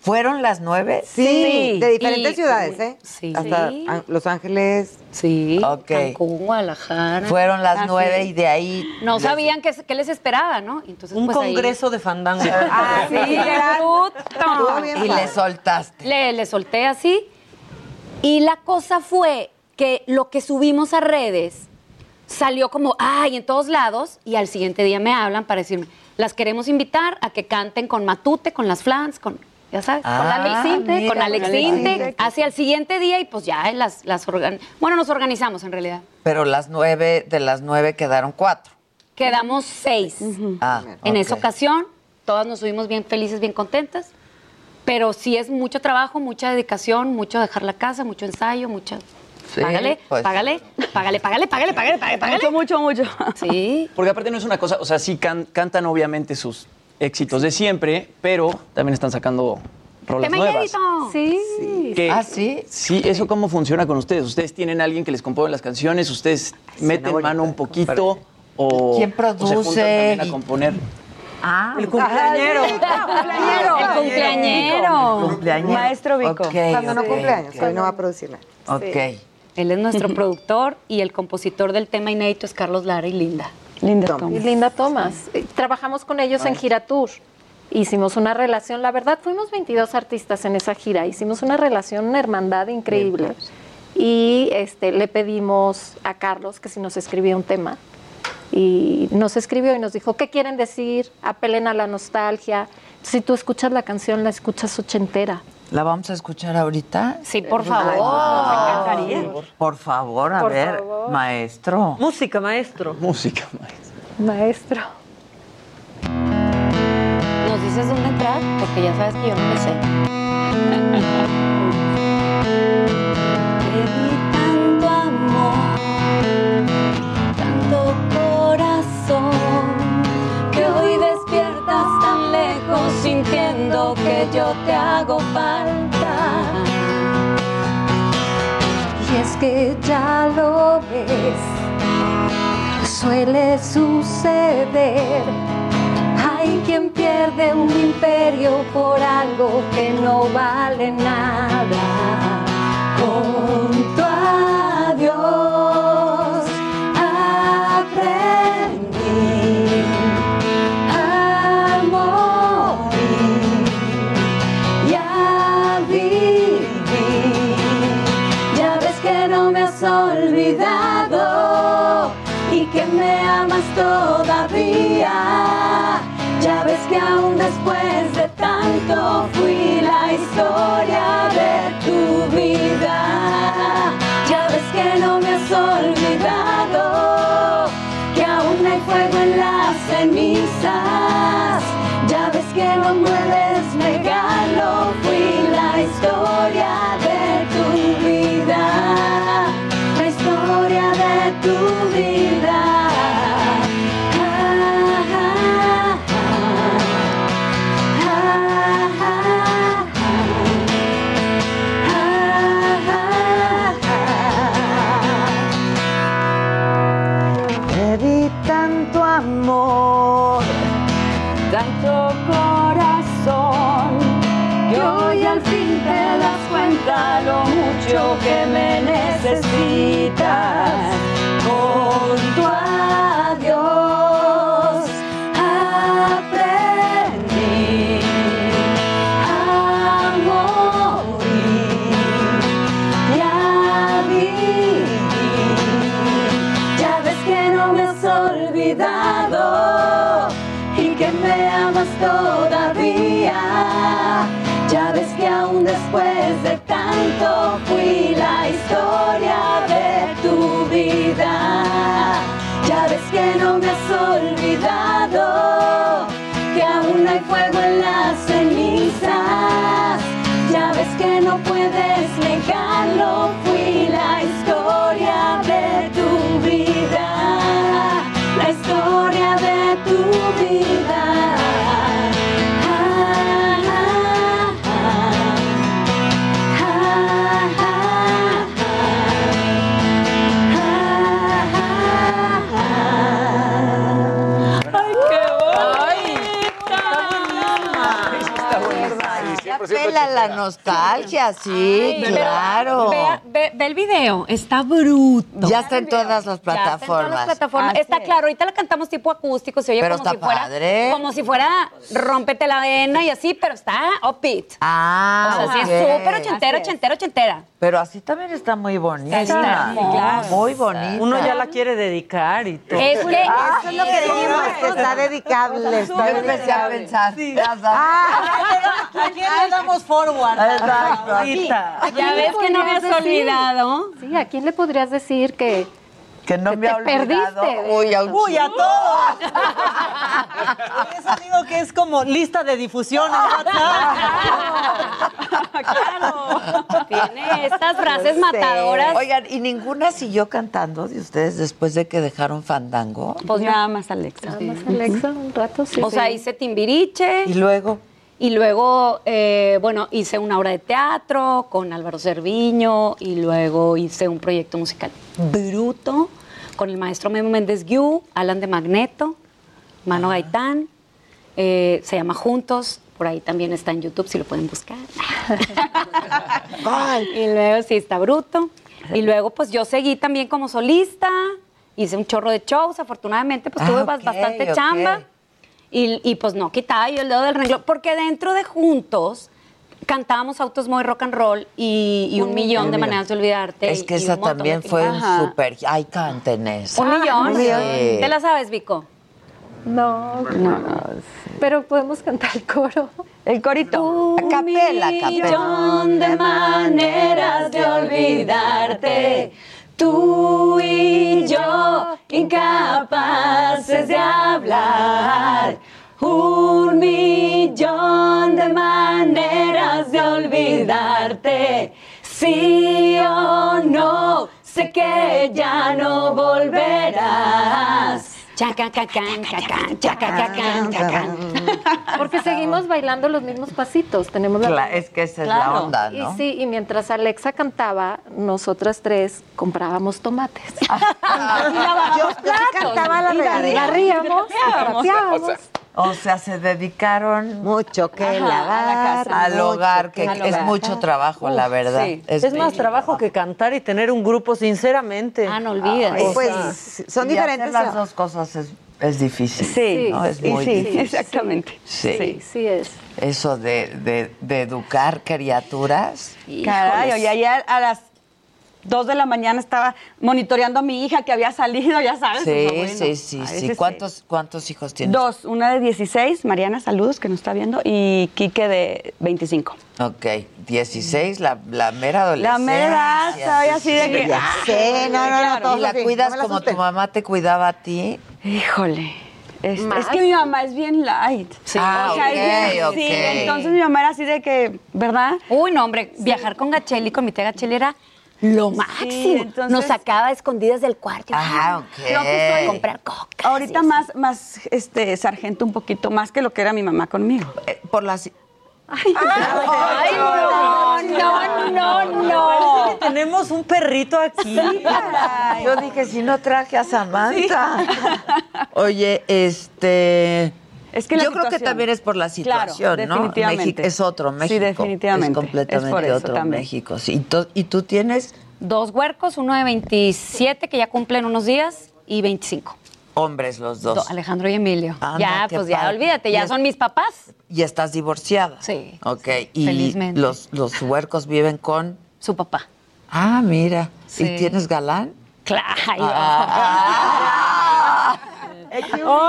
¿Fueron las nueve?
Sí, de diferentes ciudades, ¿eh?
Sí.
Hasta
Sí.
ah, Los Ángeles.
Sí,
Ok.
Cancún, Guadalajara.
Fueron las
Ah, sí.
nueve y de ahí.
No
les-
sabían qué, qué les esperaba, ¿no? Entonces,
Un
pues, ahí-
congreso
de fandango.
Ah, sí,
Literal.
bruto.
Y le soltaste.
Le, le solté así. Y la cosa fue que lo que subimos a redes salió como, ay, en todos lados. Y al siguiente día me hablan para decirme, las queremos invitar a que canten con Matute, con las Flans, con, ya sabes, con
Ah,
Alex Inte,
mira,
con Alex
con Alex
Inte.
Inte.
Hacia el siguiente día y pues ya eh, las, las organ- Bueno, nos organizamos en realidad.
Pero las nueve, de las nueve quedaron cuatro.
Quedamos seis.
Ah,
En esa
ok.
ocasión, todas nos subimos bien felices, bien contentas. Pero sí es mucho trabajo, mucha dedicación, mucho dejar la casa, mucho ensayo, mucha.
Sí,
págale,
pues.
págale, págale, págale, págale, págale, págale, págale. Mucho, mucho, mucho. Sí.
Porque aparte no es una cosa, o sea, sí can- cantan obviamente sus éxitos de siempre, pero también están sacando rolas
Tema
nuevas.
inédito. Sí.
Que-
Ah,
sí?
Sí, ¿eso cómo funciona con ustedes? ¿Ustedes tienen alguien que les compone las canciones? ¿Ustedes meten mano un poquito? O,
¿Quién
o se
produce?
juntan también a
Y-
componer?
Ah,
el cumpleañero.
El cumpleañero.
El cumpleañero.
Maestro
Vico. Ok,
Cuando no
ok,
cumpleaños,
ok.
hoy no va a producir nada.
Ok.
Él es nuestro productor y el compositor del tema inédito es Carlos Lara y Linda.
Linda
Y Linda Thomas. Eh, Trabajamos con ellos en Gira Tour. Hicimos una relación, la verdad, fuimos 22 artistas en esa gira. Hicimos una relación, una hermandad increíble. Y este, le pedimos a Carlos que si nos escribía un tema. Y nos escribió y nos dijo, ¿qué quieren decir? Apelen a la nostalgia. Si tú escuchas la canción, la escuchas ochentera.
¿La vamos a escuchar ahorita?
Sí, por
Ay,
favor.
Por favor, a
Por
ver,
favor.
maestro.
Música, maestro.
Música,
Maestro.
Nos dices dónde entrar porque ya sabes que yo no me sé.
tanto amor, tanto corazón, que hoy despiertas tan lejos sintiendo que yo te hago falta. Y es que ya lo ves, suele suceder. Hay quien pierde un imperio por algo que no vale nada. Junto a Dios aprendí a morir y a vivir. Ya ves que no me has olvidado y que me amas todavía. Ya ves que aún después de tanto fui la historia de tu vida. Ya ves que no me has olvidado, que aún hay fuego en las cenizas. Ya ves que no mueres, regalo, fui la historia de tu vida. La historia de tu vida. Ah, ah, ah. Ah, ah, ah.
Te di tanto amor,
tanto corazón, que hoy al fin te das cuenta lo mucho que me necesitas. Junto a Dios aprendí a morir y a vivir. Ya ves que no me has olvidado y que me amas todavía. Ya ves que aún después de tanto fui la historia de tu vida. Ya ves que no me has olvidado, que aún hay fuego en las cenizas. Ya ves que no puedes negarlo, fui la historia de tu vida la historia de tu vida. Ah, ah, ah. Ah, ah, ah. Ah, ah, ah. Ay, qué bonita.
Está buenísimo. Ya pela la nostalgia, sí,
Ay, pero
claro.
Ve, ve- ve el video, está bruto.
Ya está en todas las
Ya está en todas las
plataformas.
plataformas. Está claro, ahorita la cantamos tipo acústico, se oye
Pero
como,
está
si fuera,
padre.
como si fuera Rómpete la vena y así, pero está upbeat.
Ah,
O sea, sí
ok.
es súper ochentera, ochentera, ochentera.
Pero así también está muy bonita.
Está hermosa.
Claro. Muy bonita.
Uno ya la quiere dedicar y todo.
Es que-
Ah,
Eso es lo que dijimos, que está dedicable. Está
Yo empecé a pensar. Ah.
¿A quién le damos forward?
Exacto.
Ahorita.
¿A quién le podrías decir?
Sí, ¿a quién le podrías decir que,
que no
te perdiste?
perdiste? Uy, a todos. Por eso digo que es como lista de difusión en
Tiene estas frases
No sé.
matadoras.
Oigan, ¿y ninguna siguió cantando de ustedes después de que dejaron Fandango?
Pues nada más Alexa. Nada
más Alexa, un rato sí.
O sea, hice Timbiriche.
Y luego,
Y luego, eh, bueno, hice una obra de teatro con Álvaro Cerviño y luego hice un proyecto musical bruto con el maestro Memo Méndez Guiú, Alan de Magneto, Mano
Ah.
Gaitán. eh, se llama Juntos, por ahí también está en YouTube si lo pueden buscar. y luego sí está bruto. Y luego pues yo seguí también como solista, hice un chorro de shows, afortunadamente pues
Ah,
tuve
ok,
bas- bastante
ok.
chamba. Y, y, pues no, quitaba yo el dedo del renglón. Porque dentro de juntos cantábamos autos muy rock and roll y, y un,
Un
millón
millón.
de maneras de olvidarte.
es que
y
esa
un montón de
también
cosas.
fue un Ah,
Ajá.
súper. Ay, canten eso.
Un millón.
Sí.
¿Te la sabes, Vico?
No, pero podemos cantar el coro.
El corito.
A capela, a capela.
millón de maneras de olvidarte. Tú y yo, incapaces de hablar. Un millón de maneras de olvidarte. Sí o no, sé que ya no volverás. Chacacacán, cacán, chacacacán, cacán.
Porque seguimos bailando los mismos pasitos. Tenemos la
Cla- es que esa es la onda, ¿no?
Y sí, y mientras Alexa cantaba, nosotras tres comprábamos tomates.
Yo yo cantaba la
Y barría-
regadera.
barríamos, y trapeábamos.
trapeábamos.
O sea, se dedicaron
mucho que
Ajá,
lavar,
al
mucho
hogar, que
que
es
lavar.
mucho trabajo, la verdad.
Sí. Es, más trabajo que cantar y tener un grupo, sinceramente. Ah,
no
olvides.
pues,
y Hacer las dos cosas es, es difícil.
Sí.
¿no? Es
Sí,
muy
sí,
difícil.
Exactamente.
Sí.
Sí, sí es.
Eso de, de- de educar criaturas.
Caray,
Híjoles.
oye, ayer a las 2 de la mañana estaba monitoreando a mi hija que había salido, ya sabes.
Sí,
o sea, bueno,
sí, sí,
a
sí.
veces te-
¿Cuántos, ¿Cuántos hijos tienes?
Dos, una de 16, Mariana, saludos que nos está viendo, y Quique de 25.
Ok, 16, la, la mera adolescencia.
La mera edad, soy así de que,
Ya
ah,
sé, no, no, no.
claro.
y la
Sí,
cuidas
no me la
como tu
asustes.
mamá te cuidaba a ti.
Híjole. Es,
Más.
es que mi mamá es bien light.
Ah,
O sea, es bien-
ok,
sí,
ok.
entonces mi mamá era así de que, ¿verdad?
Uy, no, hombre, viajar con Gacheli, con mi tía Gacheli era lo máximo. Nos sacaba escondidas del cuarto.
Ah,
Lo que soy-
comprar coca.
Ahorita más, más, este, sargento un poquito, más que lo que era mi mamá conmigo.
Eh, por las...
Ay, no, no, no,
no. Es que tenemos un perrito aquí.
Yo dije, si no traje a Samantha. Oye, este...
Es que la
Yo creo que
situación-
también es por la
Claro,
situación, ¿no?
definitivamente.
México es otro
Sí,
México.
definitivamente.
Es
Es
completamente
por eso
otro
también.
México. sí. Y, tú- y tú tienes
Dos huercos, uno de 27 que ya cumplen unos días y 25.
hombres los dos.
Do- Alejandro y Emilio.
Ah,
ya,
no, qué
pues ya,
padre.
olvídate,
Y
ya
es-
son mis papás.
Y estás divorciada.
Sí.
Ok, y
Felizmente.
los los huercos viven con
su papá.
Ah, mira. ¿Y
Sí.
tienes galán?
Claro.
Ah.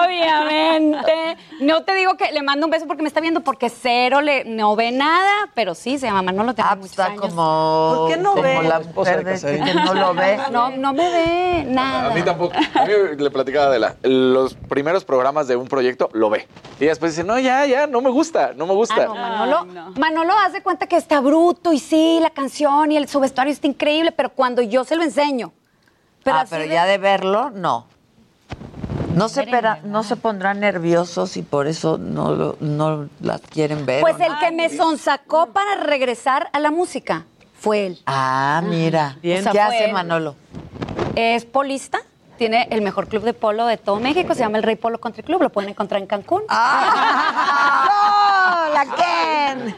Obviamente. No te digo que le mando un beso porque me está viendo, porque cero le no ve nada, pero sí, se llama no lo tengo muchos
Ah, pues Está
años.
como
¿Por qué no
como
ve?
la
Tu
esposa de
mujer de este
Casarín.
que no lo ve.
No, no me ve nada.
A mí tampoco. A mí le platicaba de la, los primeros programas de un proyecto lo ve. Y después dice, no, ya, ya, no me gusta, no me gusta.
Ah, no, Manolo, Manolo hace cuenta que está bruto y sí, la canción y el, su vestuario está increíble, pero cuando yo se lo enseño. Pero
ah,
así
pero
de-
ya de verlo, no. No se, pera- no se pondrán nerviosos y por eso no, lo- no las quieren ver.
Pues
¿o no?
el que me sonsacó para regresar a la música fue él.
Ah, mira.
Bien. O sea,
¿Qué
fue
hace
él.
Manolo?
Es polista, tiene el mejor club de polo de todo México, se llama el Rey Polo Country Club, lo pueden encontrar en Cancún.
¡Ah!
¡La Ken!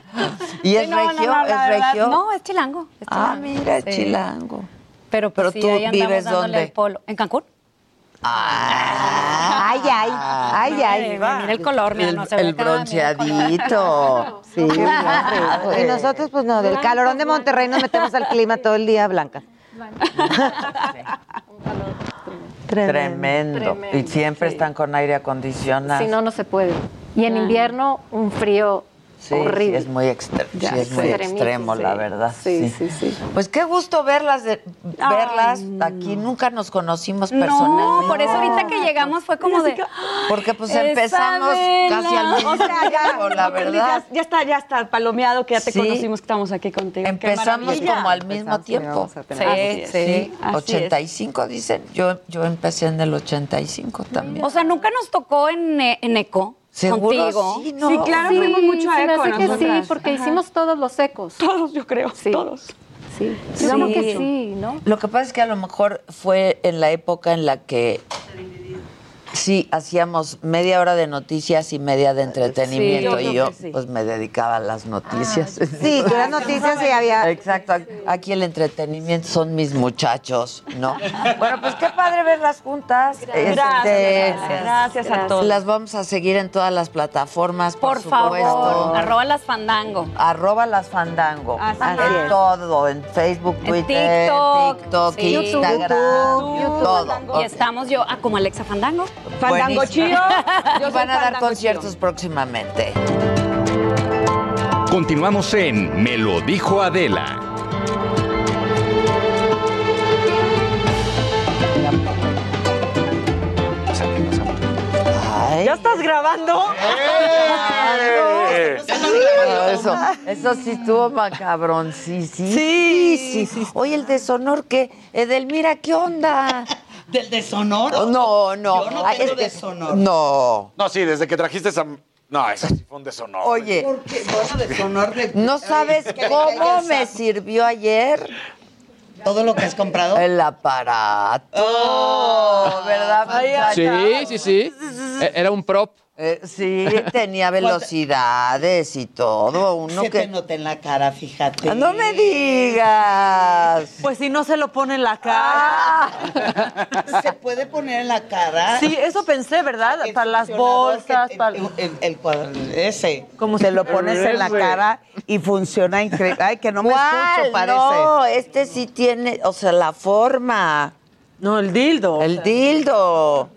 ¿Y es
Sí, no, no,
regio?
no, la
¿Es
verdad,
regio?
No, es chilango. es
Ah,
chilango,
mira,
sí.
chilango.
Pero, pues,
Pero
sí,
tú
ahí andamos
vives
dándole
dónde?
el polo. ¿En Cancún?
Ay, ay, ay, ay.
Mira el color, mira,
Ah. El,
no se ve
el
acá, mira el color.
bronceadito.
Sí, qué padre. Y nosotros, pues no, del calorón de Monterrey nos metemos al clima todo el día, Blanca.
Tremendo.
Tremendo,
Y siempre
sí.
están con aire acondicionado.
Si no, no se puede. Y en invierno, un frío
Sí,
horrible.
sí, es muy, extre-
Ya
sí, es muy
sé.
extremo,
Sí,
la verdad.
sí,
Pues qué gusto verlas, de- verlas aquí. Nunca nos conocimos
No,
personalmente.
por eso ahorita que ¡ah! llegamos fue como de...
Porque pues
Esa
empezamos
vela.
casi al mismo
O sea, ya,
tiempo, la
porque
verdad.
Ya está, ya está, palomeado, que ya te
Sí.
conocimos que estamos aquí contigo. Qué
Empezamos
maravilla.
como al mismo
Empezamos que
tiempo.
íbamos a tener- Así es. Así es.
85, dicen. Yo, yo empecé en el 85 también.
O sea, nunca nos tocó en, eh, en ECO.
Seguro
Contigo.
sí, ¿no? Sí, claro,
fuimos
mucho a
se me
Eco
hace que
nosotras.
sí, porque
Ajá.
hicimos todos los ecos.
Todos, yo creo, todos.
Sí, digamos que sí, ¿no?
Lo que pasa es que a lo mejor fue en la época en la que sí hacíamos media hora de noticias y media de entretenimiento
Sí, yo
y
creo
yo
que sí.
pues me dedicaba a las noticias.
Sí, que eran noticias y había...
Exacto, aquí el entretenimiento son mis muchachos, ¿no? Bueno, pues qué padre verlas juntas. Este,
gracias a todos.
Las vamos a seguir en todas las plataformas, por,
Por favor,
supuesto.
arroba las fandango.
Arroba las fandango.
Así
en
es.
todo, en Facebook, Twitter,
TikTok,
TikTok,
sí.
Instagram,
YouTube,
todo.
Y estamos yo, ah, como Alexa Fandango.
Buenísimo.
Yo soy
Y van a dar
Fandango
conciertos próximamente.
Continuamos en Me lo dijo Adela.
¿Ya estás grabando? Eso, eso sí estuvo macabrón, sí, sí. Sí, sí. Oye, el deshonor que. Edelmira, ¿qué onda?
¿Del deshonor?
No, no.
Yo no
Ay,
tengo
es que-
deshonor.
No.
No, sí, desde que trajiste esa. No, eso sí fue un deshonor.
Oye.
Porque, bueno, deshonor le-
¿No sabes
Ay, que le caiga
cómo
el
me
sapo.
sirvió ayer?
¿Todo lo que has comprado?
El aparato.
Oh,
¿Verdad?
Sí, sí, sí. E- Era un prop.
sí, tenía velocidades y todo. Uno
Se
que...
te nota en la cara, fíjate.
¡No me digas!
Pues si no se lo pone en la cara.
Se puede poner en la cara.
Sí, eso pensé, ¿verdad? Para las bolsas, para...
El, el cuadro ese.
Como
Te
si-
lo pones en la
Ese.
cara y funciona increíble. Ay, que no me escucho,
¿Cuál?
parece.
No, este sí tiene, o sea, la forma.
No, el dildo.
El dildo.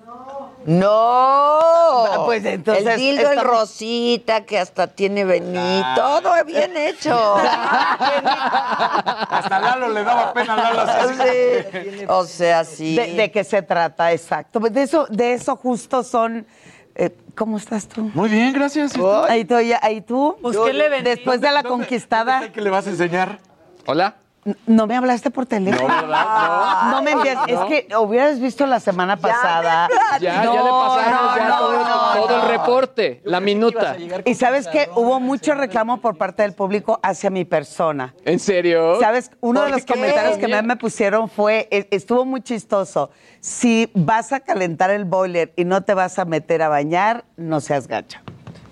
No.
Ah, pues, entonces,
El dildo en
estamos-
rosita que hasta tiene vení. Todo bien hecho.
Hasta Lalo le daba pena Lalo.
Sí. O sea, sí.
De, de qué se trata, exacto. Pues De eso, de eso justo son. eh, ¿Cómo estás tú?
Muy bien, gracias.
Ahí tú, ya- ahí tú.
Pues, ¿qué le vendí?
Después de la
¿Dónde-
conquistada,
¿Qué le vas a enseñar?
Hola.
n- no me hablaste por teléfono. No, me envías. Es que hubieras visto la semana pasada.
Ya, ya le pasamos ya todo, todo el reporte, la minuta.
Y sabes que hubo mucho reclamo por parte del público hacia mi persona.
¿En serio?
¿Sabes? Uno de
¿Por
los
qué?
comentarios que más me pusieron fue, e- estuvo muy chistoso, si vas a calentar el boiler y no te vas a meter a bañar, no seas gacha.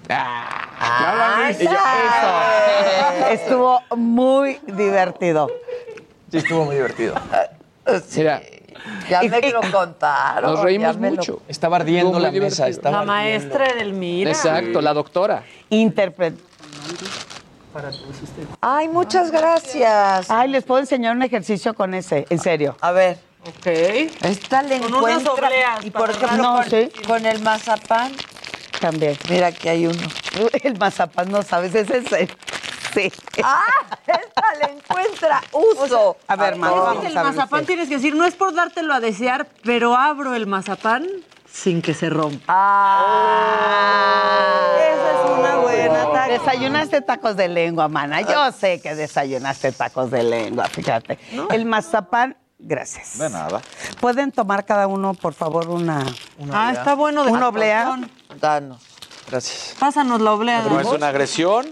Ah,
Ay, ay.
Estuvo muy divertido.
Sí, estuvo muy divertido.
Mira,
Ya me lo contaron.
nos reímos
ya me lo-
mucho.
Estaba ardiendo
Estuvo
la
muy
mesa.
divertido.
Estaba
La
ardiendo.
maestra Edelmira.
Exacto, la doctora.
Intérprete.
Ay, muchas gracias.
Ay, les puedo enseñar un ejercicio con ese, en serio.
A ver,
Ok.
esta le
Con unas
encuentra.
obleas
Y por
para
ejemplo,
No,
con,
sí.
con el mazapán.
También.
Mira, aquí hay uno.
El mazapán, no sabes, ese es el- Sí.
¡Ah! Esta le encuentra uso.
A
Ah,
ver, Mar,
todo.
vamos
El
a ver,
mazapán
sí.
tienes que decir, no es por dártelo a desear, pero abro el mazapán sin que se rompa. Esa es una buena táctica.
Desayunaste tacos de lengua, mana.
Ah.
Yo sé que desayunaste tacos de lengua, fíjate. El mazapán, gracias.
De nada.
Pueden tomar cada uno, por favor, una.
Ah, está bueno de
Una oblea.
actuación.
Danos.
Gracias.
Pásanos la oblea.
No es
Damos.
una agresión,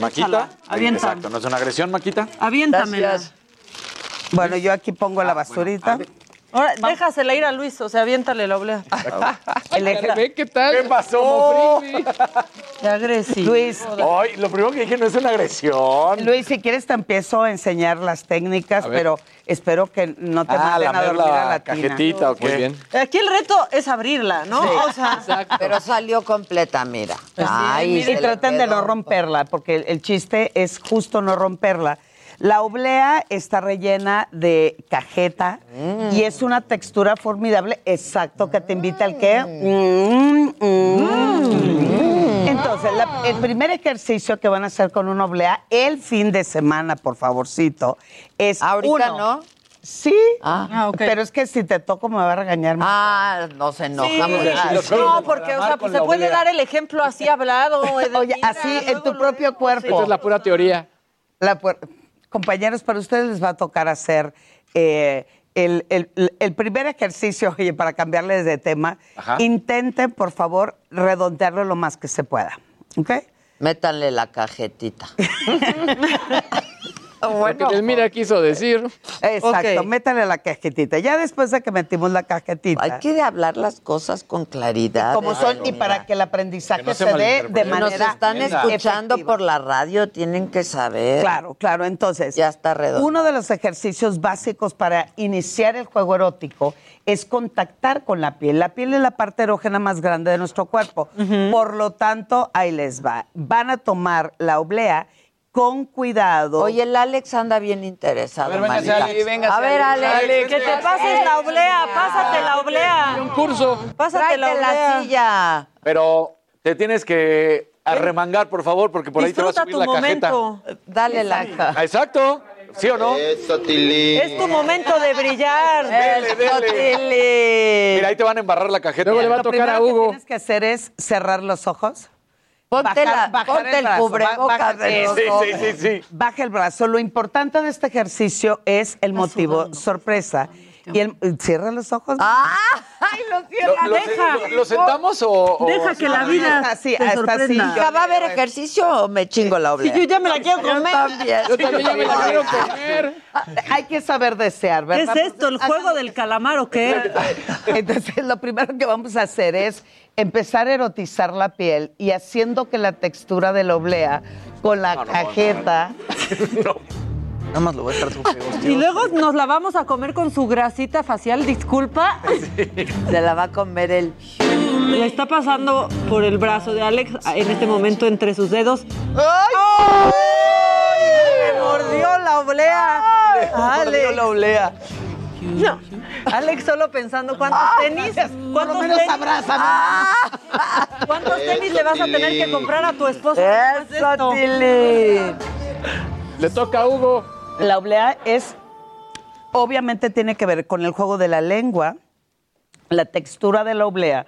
Maquita.
Échala, avienta.
Exacto, no es una agresión, Maquita.
Aviéntamela.
Gracias.
Ah, Bueno, yo aquí pongo la basurita.
Ahora, déjasela ir a Luis, o sea, aviéntale la oblea.
El eje-
¿Qué tal? ¿Qué pasó?
Como
Qué agresivo.
Luis.
Ay, lo primero que dije no es una agresión.
Luis, si quieres te empiezo a enseñar las técnicas,
ver.
pero espero que no te
Ah,
manden a
lamer
dormir
la
a la tina.
cajetita, ok. Muy bien.
Aquí el reto es abrirla, ¿no?
Sí.
O sea,
Pero salió completa, mira. Ay, se
y
le
traten de
quedó.
no romperla, porque el, el chiste es justo no romperla. La oblea está rellena de cajeta
Mm.
y es una textura formidable, exacto, que te invita al que.
Mm.
Entonces, la- el primer ejercicio que van a hacer con una oblea el fin de semana, por favorcito, es.
Ahorita
uno,
no.
Sí,
Ah, ok.
pero es que si te toco me va a regañar.
Ah, no se enoja.
Sí.
mucho.
Ah, sí.
No, porque, o sea,
Con
pues
la
se puede
oblea.
dar el ejemplo así hablado. Oye,
así, en tu propio cuerpo.
Esta es la pura teoría.
La puer- Compañeros, para ustedes les va a tocar hacer eh, el, el- el primer ejercicio, oye, para cambiarles de tema.
Ajá.
Intenten, por favor, redondearlo lo más que se pueda. ¿Ok?
Métanle la cajetita.
Lo que mira quiso decir.
Exacto,
Ok.
métanle la cajetita. Ya después de que metimos la cajetita.
Hay que hablar las cosas con claridad.
Como son, y
Mira.
para que el aprendizaje
Que no
se,
se
dé de
malinterprete.
manera.
Nos están escuchando por la radio, tienen que saber.
Claro, claro. Entonces,
ya está redondo.
Uno de los ejercicios básicos para iniciar el juego erótico es contactar con la piel. La piel es la parte erógena más grande de nuestro cuerpo. Por lo tanto, ahí les va. Van a tomar la oblea con cuidado.
Oye, el Alex anda bien interesado.
A ver, véngase,
manita.
Alex. Véngase,
A ver,
Alex.
Alex.
Alex,
Que te pases la oblea, pásate la oblea.
Un curso.
Pásate la
Tráete la
oblea.
silla.
Pero te tienes que arremangar, por favor, porque por ahí te va a
Disfruta
subir
tu
la
momento.
Dale la
cajeta. Exacto. ¿Sí o no? Eso, Tilly.
Es tu momento de brillar.
Mira, ahí te van a embarrar la cajeta.
Lo primero que tienes que hacer es cerrar los ojos.
Ponte, la- ponte el,
brazo, ba- baja
cubrebocas
el
de los
brazo.
ojos.
Baja el brazo. Lo importante de este ejercicio es el motivo sorpresa. Y el, eh, cierra los ojos.
Ah. ¡Ay, lo
Lo-
cierra!
lo-
deja.
lo- lo sentamos o- o- Deja que la vida
Hasta así,
te
hasta así.
sorprenda.
Hija, ¿Va a haber ejercicio o me chingo la oblea?
Sí, yo ya me la quiero comer.
Yo también.
Yo también ya me la quiero
comer.
Ah, Hay que saber desear,
¿Qué
¿verdad?
es esto? ¿El juego del calamar o qué?
Entonces, lo primero que vamos a hacer es empezar a erotizar la piel y haciendo que la textura de la oblea con la cajeta.
Nada más lo voy a estar
Y luego nos la vamos a comer con su grasita facial, disculpa.
Se la va a comer el...
Le está pasando por el brazo de Alex en este momento entre sus dedos.
¡Ay!
Me mordió la oblea. Alex.
la oblea.
No. Alex solo pensando cuántos
Ah,
tenis, cuántos
menos
tenis, Ah.
abrázame.
cuántos tenis le vas a tener que comprar a tu esposa. después de esto?
Le toca a Hugo.
La oblea es, obviamente tiene que ver con el juego de la lengua, la textura de la oblea,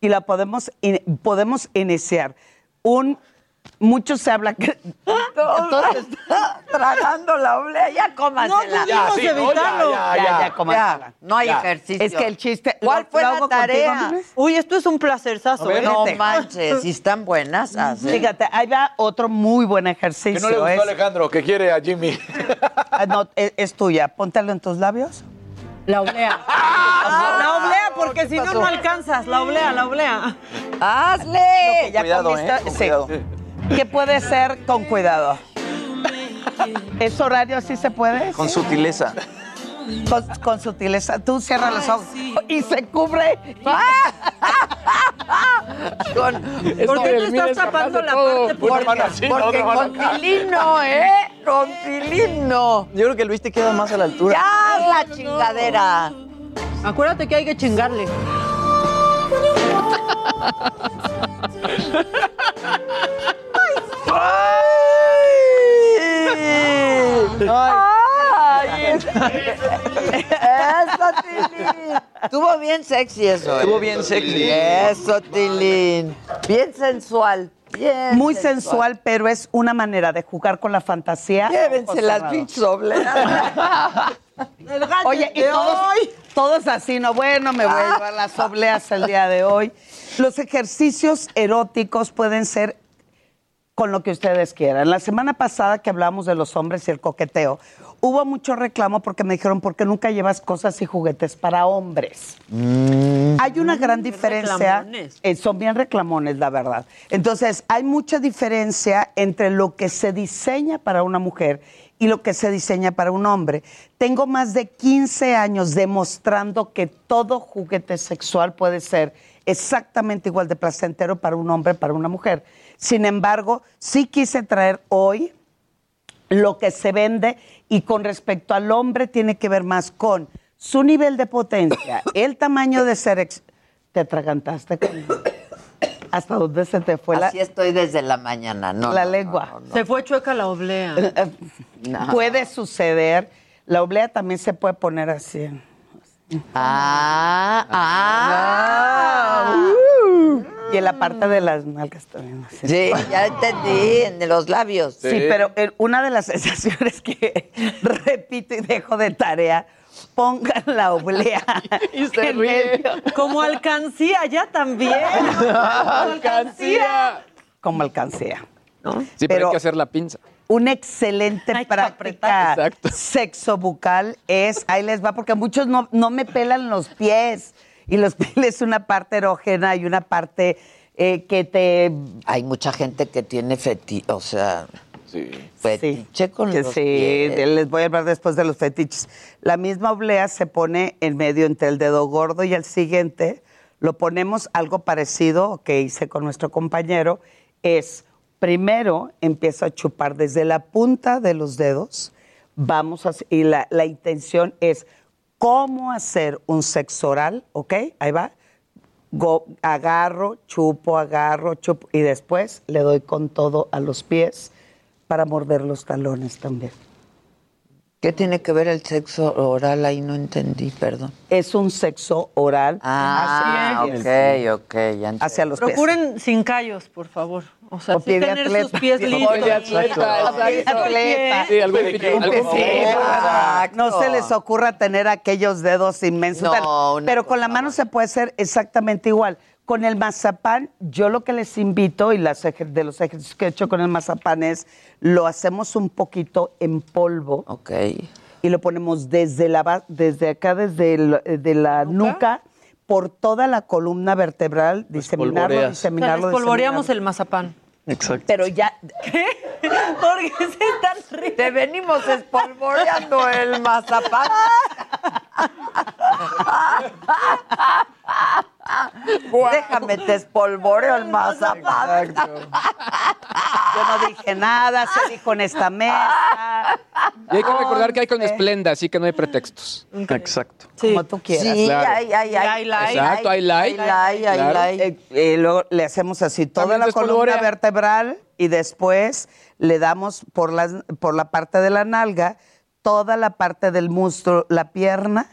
y la podemos, in- podemos iniciar. Un, mucho se habla que...
Todos están tragando la oblea, ya cómansela.
No, pudimos Ya, sí, no, ya, evitarlo. ya, ya, ya, cómansela.
no hay
Ya.
ejercicio.
Es que el chiste-
¿Cuál
¿lo-
fue
lo
la
hago
tarea?
contigo, Luis?
Uy, esto es un placerzazo. ¿eh?
No
Vete.
manches, si están buenas, hazlo.
Fíjate, ahí va otro muy buen
Que
ejercicio.
no le gustó a
es-
Alejandro, que quiere a Jimmy.
Ah, no, es, es tuya. Póntelo en tus labios.
La oblea.
Ah.
la oblea, porque si no, no alcanzas. La oblea, la oblea.
¡Hazle!
Ya comiste-
¿eh?
sí. ¿Qué puede ser con cuidado? ¿Es horario así se puede?
Con sutileza.
Con, con sutileza. Tú cierras los ojos y se cubre.
Con-
¿Por qué te estás tapando la parte
porque
pública?
porque con filino, ¿eh? Con filino.
Yo creo que Luis te queda más a la altura.
¡Ya la chingadera!
Acuérdate que hay que chingarle.
¡Ay! ¡Eso, Tilín! Estuvo bien sexy eso. ¿eh?
Estuvo bien sexy.
Eso, Tilín. Bien sensual. Bien
Muy sensual, pero es una manera de jugar con la fantasía.
Llévense las pinches obleas.
Oye, y todos, todos así, no, bueno, me voy a llevar las obleas el día de hoy. Los ejercicios eróticos pueden ser con lo que ustedes quieran. La semana pasada que hablamos de los hombres y el coqueteo, hubo mucho reclamo porque me dijeron, ¿por qué nunca llevas cosas y juguetes para hombres? Hay una gran diferencia.
reclamones.
eh, son bien reclamones, la verdad. Entonces, hay mucha diferencia entre lo que se diseña para una mujer y lo que se diseña para un hombre. Tengo más de 15 años demostrando que todo juguete sexual puede ser exactamente igual de placentero para un hombre, para una mujer. Sin embargo, sí quise traer hoy lo que se vende y con respecto al hombre tiene que ver más con su nivel de potencia, el tamaño de ser... ex- Te atragantaste con... ¿Hasta dónde se te fue la,
Así estoy desde la mañana, ¿no?
la
no,
lengua?
Se fue chueca la oblea.
No.
Puede suceder. La oblea también se puede poner así.
Ah, ah.
Y en la parte de las nalgas también. así.
Sí, ya entendí, en los labios.
Sí, pero eh, una de las sensaciones que repito y dejo de tarea, pongan la oblea. y se
Como alcancía, ya también.
Alcancía. Como alcancía.
Sí, pero
Pero-
hay que hacer la pinza.
Una excelente práctica sexo bucal es, ahí les va, porque muchos no, no me pelan los pies. Y los pies es una parte erógena y una parte eh, que te...
Hay mucha gente que tiene feti, o sea, Pues fetiche con
Que
los
sí,
pies.
de- les voy a hablar después de los fetiches. La misma oblea se pone en medio entre el dedo gordo y el siguiente. Lo ponemos algo parecido que hice con nuestro compañero. Es primero empiezo a chupar desde la punta de los dedos. Vamos a, y la, la intención es cómo hacer un sexo oral, ¿ok? Ahí va. Go- agarro, chupo, agarro, chupo y después le doy con todo a los pies para morder los talones también.
¿Qué tiene que ver el sexo oral? Ahí no entendí, perdón.
Es un sexo oral.
Ah,
Así es.
ok, ok. Ya entendí.
Hacia los pies.
Procuren sin callos, por favor. O sea,
O
sí
pie de
tener
atleta.
sus pies
O pie de
limpios.
atleta,
O pie de
exacto.
atleta.
Sí, algún
Sí,
piquito, algún
sí,
piquito.
exacto.
No se les ocurra tener aquellos dedos inmensos.
No, una
pero con la mano se puede hacer exactamente igual. Con el mazapán, yo lo que les invito y las ejer- de los ejercicios que he hecho con el mazapán es lo hacemos un poquito en polvo.
Ok.
Y lo ponemos desde la ba- desde acá, desde el- de la nuca, por toda la columna vertebral, diseminarlo,
polvoreas.
diseminarlo,
Polvoreamos
diseminarlo.
el mazapán.
Exacto.
Pero ya
Porque se están riendo.
Te venimos espolvoreando el mazapán. Déjame te espolvoreo el mazapán.
Yo no dije nada, se dijo en esta mesa.
Y hay
Ah,
que recordar que hay con esplenda, así que no hay pretextos.
Exacto.
Como tú quieras.
Sí,
Claro.
ay, ay, ay.
Exacto, hay like.
Ay, ay,
Claro.
ay.
Eh, eh, luego le hacemos así toda
También
la
despolvorea.
columna vertebral y después le damos por la, por la parte de la nalga, toda la parte del muslo, la pierna.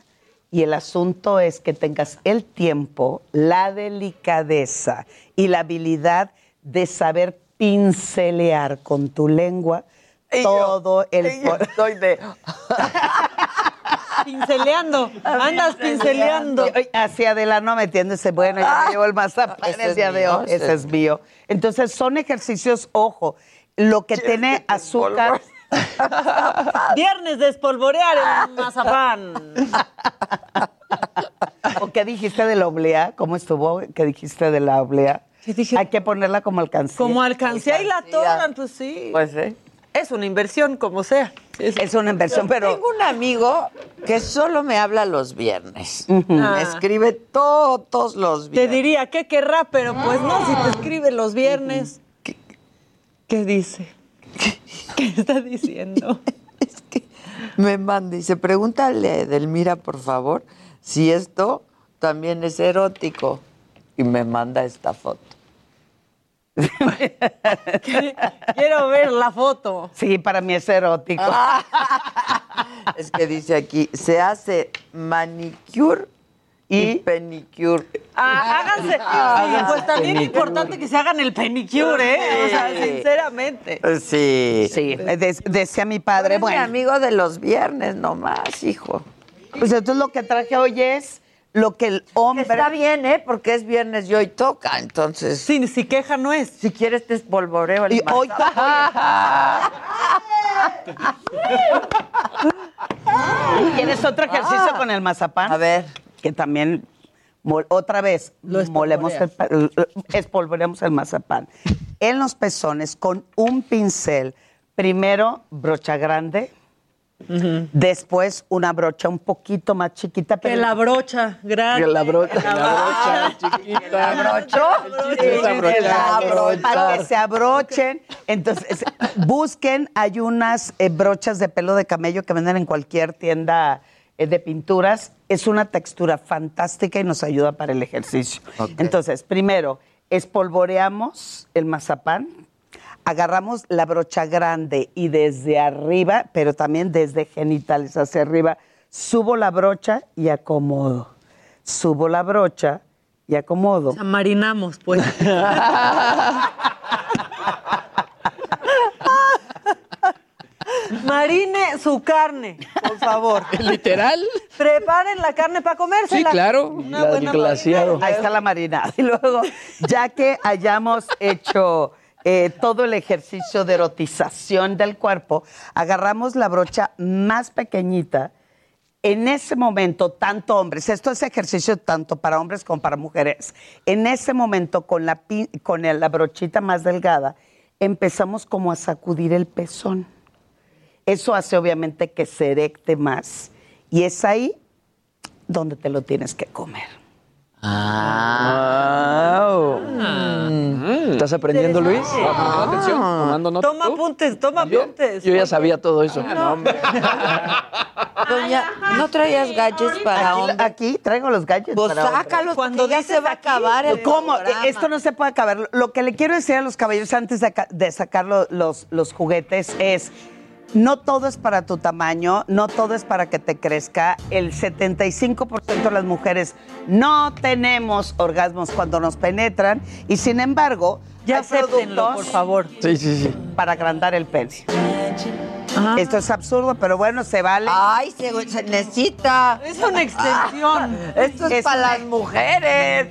Y el asunto es que tengas el tiempo, la delicadeza y la habilidad de saber pincelear con tu lengua
Eh,
todo el... po-
Pinceleando. Andas pinceleando.
Ay, Hacia adelante, no me entiendes. Bueno, ya me llevo el mazapán
Ese
el
es
día de
mío,
hoy.
ese
Ese
es
es mío. Entonces, son ejercicios, ojo, lo que tiene azúcar.
Viernes despolvorear el mazapán.
¿O qué dijiste de la oblea? ¿Cómo estuvo? ¿Qué dijiste de la oblea? Hay que ponerla como alcancía.
Como alcancé y la toman, pues sí.
Pues, ¿eh?
Es una inversión, como sea.
Es una inversión, pero.
Tengo un amigo que solo me habla los viernes. Me escribe todos los
Te
viernes.
diría, ¿qué querrá? Pero pues no, si te escribe los viernes. ¿Qué, qué dice? ¿Qué, qué está diciendo?
Me manda y dice, pregúntale a Edelmira, por favor, si esto también es erótico. Y me manda esta foto.
Quiero ver la foto.
Sí, para mí es erótico.
Ah, Es que dice aquí, se hace manicure y, penicure.
Ah, háganse. sí, pues también importante que se hagan el penicure, ¿eh? O sea,
Sí.
sinceramente.
Sí.
Sí, de- decía mi padre.
Mi
Bueno,
amigo de los viernes nomás, hijo.
pues entonces lo que traje hoy es lo que el hombre.
Está bien, ¿eh? Porque es viernes y hoy toca, entonces.
Sí, si queja no es.
Si quieres, te espolvoreo el
Y hoy ¿Tienes otro ejercicio
Ah.
con el mazapán? A
ver.
Que también, mol- otra vez, molemos el, pa- l- l- espolvoreamos el mazapán. En los pezones, con un pincel, primero brocha grande, después una brocha un poquito más chiquita.
Que la brocha, grande.
Que la brocha.
Que la brocha,
Que la abrochó.
es abrochar.
Que la abrochó. Para que
Abrochar.
se abrochen. Entonces, busquen, hay unas eh, brochas de pelo de camello que venden en cualquier tienda eh, de pinturas. Es una textura fantástica y nos ayuda para el ejercicio. Entonces, primero, espolvoreamos el mazapán. Agarramos la brocha grande y desde arriba, pero también desde genitales hacia arriba, subo la brocha y acomodo. Subo la brocha y acomodo.
O sea, marinamos, pues. Marine su carne, por favor.
¿Literal?
Preparen la carne para comérsela. Una buena marinada.
Ahí está la marinada. Y luego, ya que hayamos hecho eh, todo el ejercicio de erotización del cuerpo, agarramos la brocha más pequeñita. En ese momento, tanto hombres, esto es ejercicio tanto para hombres como para mujeres, en ese momento con la, pi- con el- la brochita más delgada, empezamos como a sacudir el pezón. Eso hace obviamente que se erecte más y es ahí donde te lo tienes que comer.
¿Estás aprendiendo, Luis?
Ah, atención,
tomando nota.
Toma apuntes, toma apuntes. Ah,
Yo ya sabía todo eso.
Doña, ¿no traías gadgets para
Aquí,
hombres?
aquí traigo los gadgets.
Pues
para hombres.
sácalos, Cuando porque ya dices se va a aquí, acabar el
¿Cómo? Eh,
programa.
Esto no se puede acabar. Lo que le quiero decir a los caballeros antes de, aca- de sacar lo- los, los juguetes es. No todo es para tu tamaño, no todo es para que te crezca. El 75% de las mujeres no tenemos orgasmos cuando nos penetran y sin embargo, ya hay productos por favor.
Sí, sí, sí.
para agrandar el pene. Esto es absurdo, pero bueno, se vale.
Ah. Ay, se, se necesita.
Es una extensión.
Ah, esto es, para
una-
las mujeres.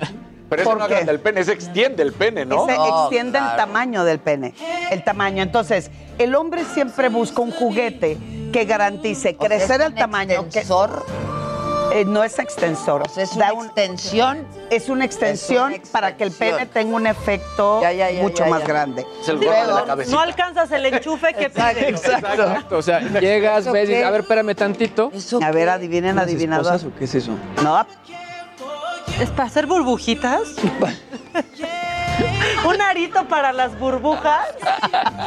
Pero eso
¿Por
no
qué?
agranda el pene, se extiende el pene, ¿no? Ah,
Se extiende el tamaño del pene. El tamaño. Entonces, el hombre siempre busca un juguete que garantice crecer el tamaño. Extensor. no es extensor. es una extensión. Es una extensión para que el pene tenga un efecto mucho
ya,
más
ya.
grande.
Es el gorro de la cabecita. No alcanzas el enchufe que pide.
Exacto. O sea, llegas,
¿Eso
ves,
qué?
dices, a ver, espérame tantito.
A ver, adivinen,
¿Unas
adivinador.
esposas o qué es eso?
No.
¿Es para hacer burbujitas? ¿Un arito para las burbujas?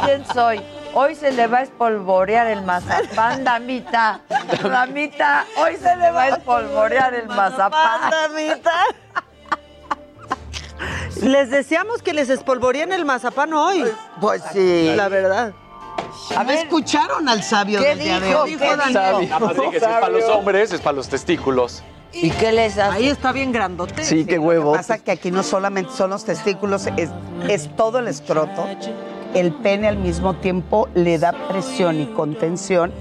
¿Quién soy? Hoy se le va a espolvorear el mazapán, damita. Damita, hoy se le va a espolvorear el mazapán.
damita. Les deseamos que les espolvorían el mazapán hoy.
Pues sí.
La verdad.
A ver, ¿escucharon al sabio
¿Qué
del día de
dijo?
hoy?
¿Qué dijo?
Nada más dije, si es para los hombres, es para los testículos.
¿Y qué les hace?
Ahí está bien grandote.
Sí, qué huevo. Lo que pasa es que aquí no solamente son los testículos, es, es todo el escroto. El pene al mismo tiempo le da presión y contención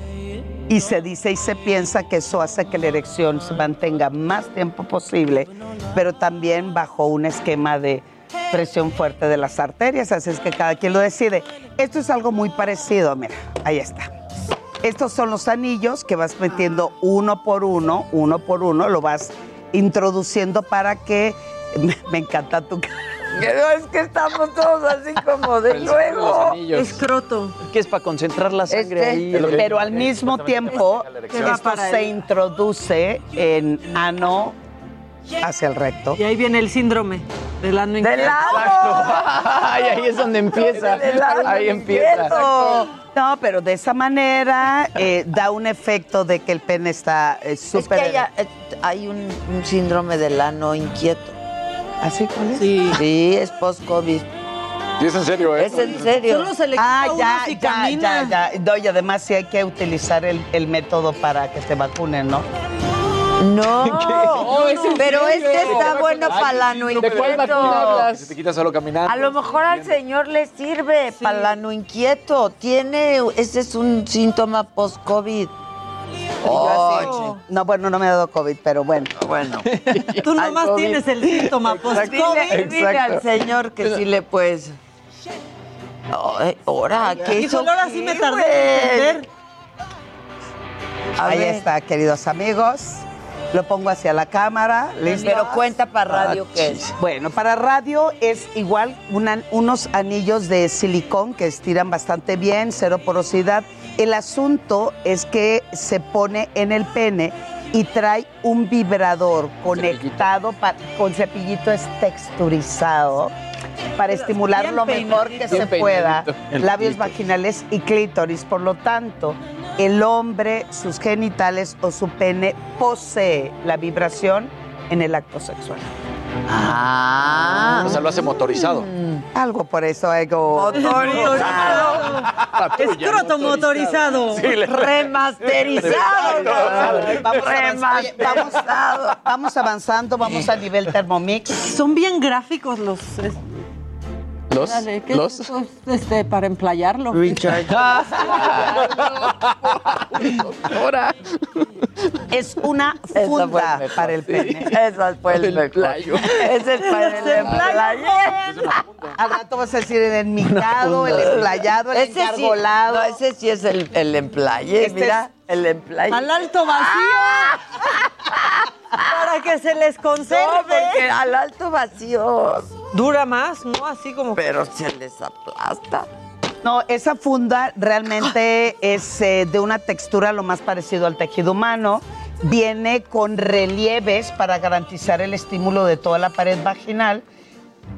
y se dice y se piensa que eso hace que la erección se mantenga más tiempo posible, pero también bajo un esquema de presión fuerte de las arterias, así es que cada quien lo decide. Esto es algo muy parecido, mira, ahí está. Estos son los anillos que vas metiendo uno por uno, uno por uno, lo vas introduciendo para que. Me, me encanta tu cara.
Pero es que estamos todos así como de luego.
Escroto.
Que es para concentrar la sangre
Este,
ahí. eh,
pero al mismo tiempo,
Que va
esto
para
se
el-
introduce en ano hacia el recto.
Y ahí viene el síndrome del ano inquieto.
Ay, ahí es donde empieza. Ahí empieza.
No, pero de esa manera eh, da un efecto de que el pene está eh,
Es que
súper.
hay, eh, hay un, un síndrome del ano inquieto.
¿Así cuál es?
Sí. Sí, es post-COVID.
Y es en serio, ¿eh?
Es en serio.
ah, ya, ya, ya, ya. No, y además sí hay que utilizar el, el método para que te vacunen, ¿no?
No,
No, es en
pero
serio.
este está
Ay,
bueno para el ano
¿De cuál
inquieto.
vacuna hablas? Si te quitas solo caminando.
A lo mejor al señor le sirve para el ano inquieto. Tiene, ese es un síntoma post-COVID.
Yo así, COVID. No, bueno, no me ha dado COVID, pero bueno.
Ah, Bueno.
Tú nomás
COVID.
tienes el síntoma pues,
Exacto.
post-COVID.
Dile al señor que sí le puedes. Ay, Ahora, ¿qué
Híjole,
hizo?
ahora sí
qué,
me tardé
güey?
en entender.
A
Ahí
ver.
está, queridos amigos. Lo pongo hacia la cámara. ¿listo?
Pero cuenta para radio qué es.
Ah, Bueno, para radio es igual una- unos anillos de silicón que estiran bastante bien, cero porosidad. El asunto es que se pone en el pene y trae un vibrador conectado pa- con cepillito es texturizado para estimular
bien
lo mejor que
peinadito.
se
Bien
pueda
peinadito. El
labios
clítoris.
vaginales y clítoris. Por lo tanto, el hombre, sus genitales o su pene posee la vibración en el acto sexual.
Ah.
Ah.
O sea, lo hace motorizado.
Mm.
Algo por eso, algo.
Motorizado. Escroto motorizado.
Remasterizado.
Remasterizado.
Vamos, avanzando, vamos, vamos avanzando, vamos a nivel Thermomix.
Son bien gráficos los. es-
¿Los?
Dale, ¿qué es
¿Los?
eso? Este, para emplayarlo.
Richard.
Ahora. Es una funda para el pene.
Eso fue el mejor. Ese es para el emplayo.
Al rato vas a decir el enmicado, el emplayado, el
Ese sí-
encargolado.
no, ese sí es el, el emplaye,
Este
mira, el emplaye.
Al alto vacío. Para que se les conserve.
No, porque al alto vacío
Dura más, ¿no? Así como.
Pero se les aplasta.
No, esa funda realmente es eh, de una textura lo más parecido al tejido humano. Viene con relieves para garantizar el estímulo de toda la pared vaginal.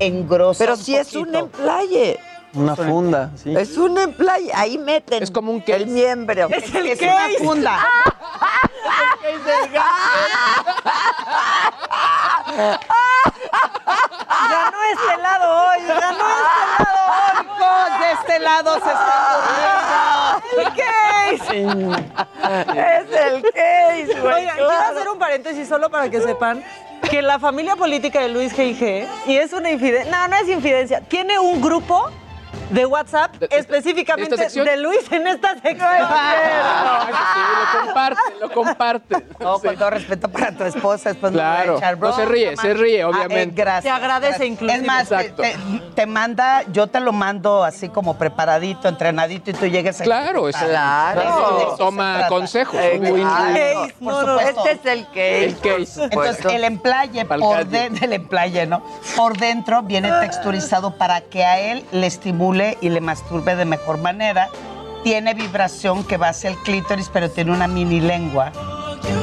Engrosa.
Pero si es un emplaye.
Una funda, sí.
Es un emplaye, ahí meten. Es como un que El miembro.
Es, es una funda.
Ah, Ganó este lado hoy, ganó este lado hoy.
Chicos, de este lado se está
¡El case!
Es el case, güey.
Oigan, quiero hacer un paréntesis solo para que sepan que la familia política de Luis G.I.G. y es una infidencia, no, no es infidencia, tiene un grupo de WhatsApp específicamente
de esta sección?
de Luis en esta sección.
Sí, lo comparte, lo comparte.
No, con todo respeto para tu esposa, después no me voy a
Claro,
echar
no se ríe,
bronca,
se
man.
ríe,
Ah, eh,
obviamente.
gracias.
Te agradece
gracias.
inclusive.
Es más, te,
Exacto.
te- te manda, yo te lo mando así como preparadito, entrenadito, y tú llegues a
Claro, es
Ah,
Claro.
Toma consejos.
Eh, claro,
obviamente.
por supuesto.
Este es el case.
El case.
Entonces, el em- emplaye,
Pa'l
por
calle.
dentro, el emplaye, ¿no? Por dentro viene texturizado para que a él le estimule y le masturbe de mejor manera. Tiene vibración que va hacia el clítoris, pero tiene una mini lengua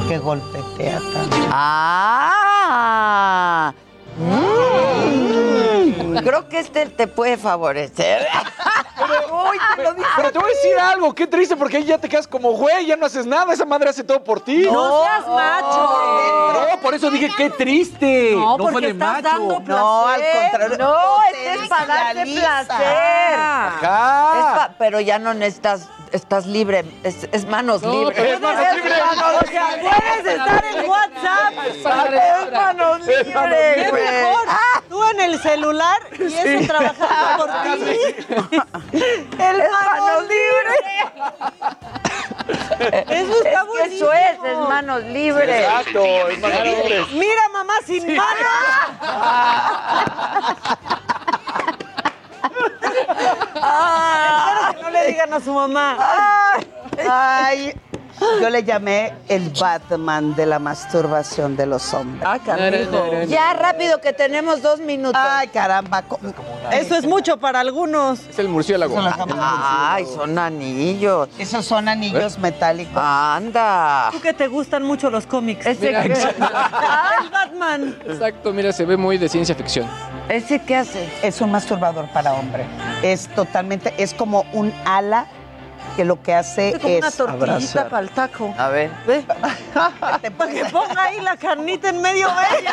que golpetea también.
Ah. Mm. Creo que este te puede favorecer. Uy, te lo dije.
Pero te voy a decir algo, qué triste, porque ahí ya te quedas como, güey, ya no haces nada, esa madre hace todo por ti.
No seas macho.
No, por eso dije, qué triste. No,
No, porque
fue de
estás
macho.
dando placer.
No, al contrario. No, este es para darte
Potencializa.
placer.
Ajá.
Es pa- pero ya no necesitas, estás libre, es, es manos libres.
pero es manos
Es
libres.
manos
O sea, puedes estar en WhatsApp.
Es manos libres,
Es
güey.
mejor. Tú en el celular y eso trabajando por ti. El
Es
manos
manos
libre. Eso está
Es que
buenísimo.
eso es, es manos libres.
Exacto, es manos libres.
Mira, mamá, sin manos.
Ah.
Espero que no le digan a su mamá.
Ay, yo le llamé el Batman de la masturbación de los hombres.
Ah, carajo. Ya rápido que tenemos dos minutos.
Ay, caramba. co-
Eso es mucho para algunos.
Es el murciélago.
Ay, son anillos.
Esos son
¿Eh?
anillos metálicos.
Anda.
Tú que te gustan mucho los cómics.
Ese
Mira,
que,
El Batman.
Exacto, mira, se ve muy de ciencia ficción.
ese que hace.
Es un masturbador para hombre. Es totalmente, es como un ala que lo que hace
Es como una
es
tortillita para el taco.
A ver.
Ve. Para que ponga ahí la carnita en medio de ella.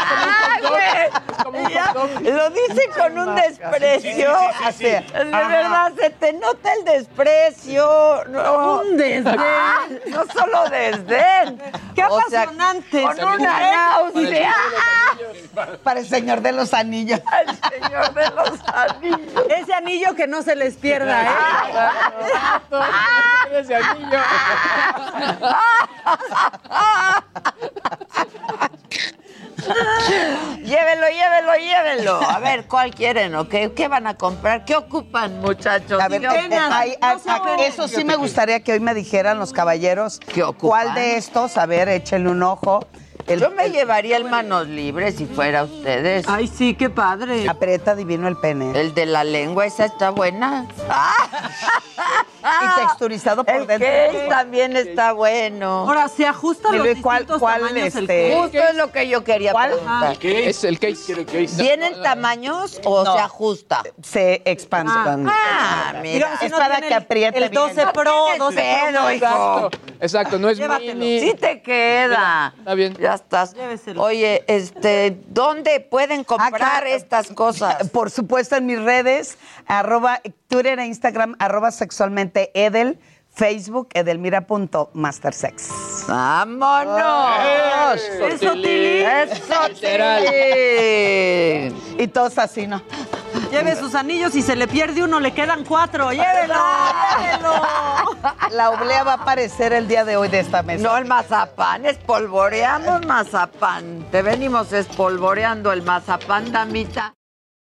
Ya, lo dice con un desprecio.
sí, sí, sí.
De verdad, se te nota el desprecio. No.
Un desdén.
Ah, no solo desdén.
¡Qué
O sea,
apasionante!
con una náusea. Ah,
para el señor de los anillos.
El señor de los anillos.
Ese anillo que no se les pierda, ¿eh?
Ese anillo.
llévenlo, llévenlo, llévenlo. A ver, ¿cuál quieren? ¿O qué, qué van a comprar? ¿Qué ocupan, muchachos?
A ver,
¿Qué ocupan?
ay, ay, ay, eso sí me gustaría que hoy me dijeran los caballeros cuál de estos. A ver, échenle un ojo.
Yo me llevaría el manos libres si fuera ustedes.
Ay, sí, qué padre. Aprieta divino el pene.
El de la lengua, esa está buena.
y texturizado por dentro.
case también está bueno.
Ahora, se ajusta a los
Dilo, ¿y cuál-
distintos
cuál
tamaños el
este?
case.
Justo es lo que yo quería
¿Cuál?
preguntar.
Ah. ¿Qué?
Es el case.
¿Tienen tamaños o se ajusta?
Se expande.
Ah, mira.
Digamos, si Es no para tiene que el- apriete el bien. 12 Pro, 12 Pro,
Pero, hijo.
Exacto, exacto, no es mini.
Sí te queda. Está bien. Ya estás. Oye, este, ¿dónde pueden comprar estas cosas?
Ah, Por supuesto, en mis redes, arroba Twitter e Instagram, arroba sexualmente Edel, Facebook, edelmira.mastersex.
¡Vámonos!
¡Eso, Tili!
¡Eso,
Tili! Y todos así, ¿no?
Lleve sus anillos y se le pierde uno, le quedan cuatro. Llévelo, llévelo.
La oblea va a aparecer el día de hoy de esta mesa.
No, el mazapán, espolvoreamos mazapán. Te venimos espolvoreando el mazapán, damita.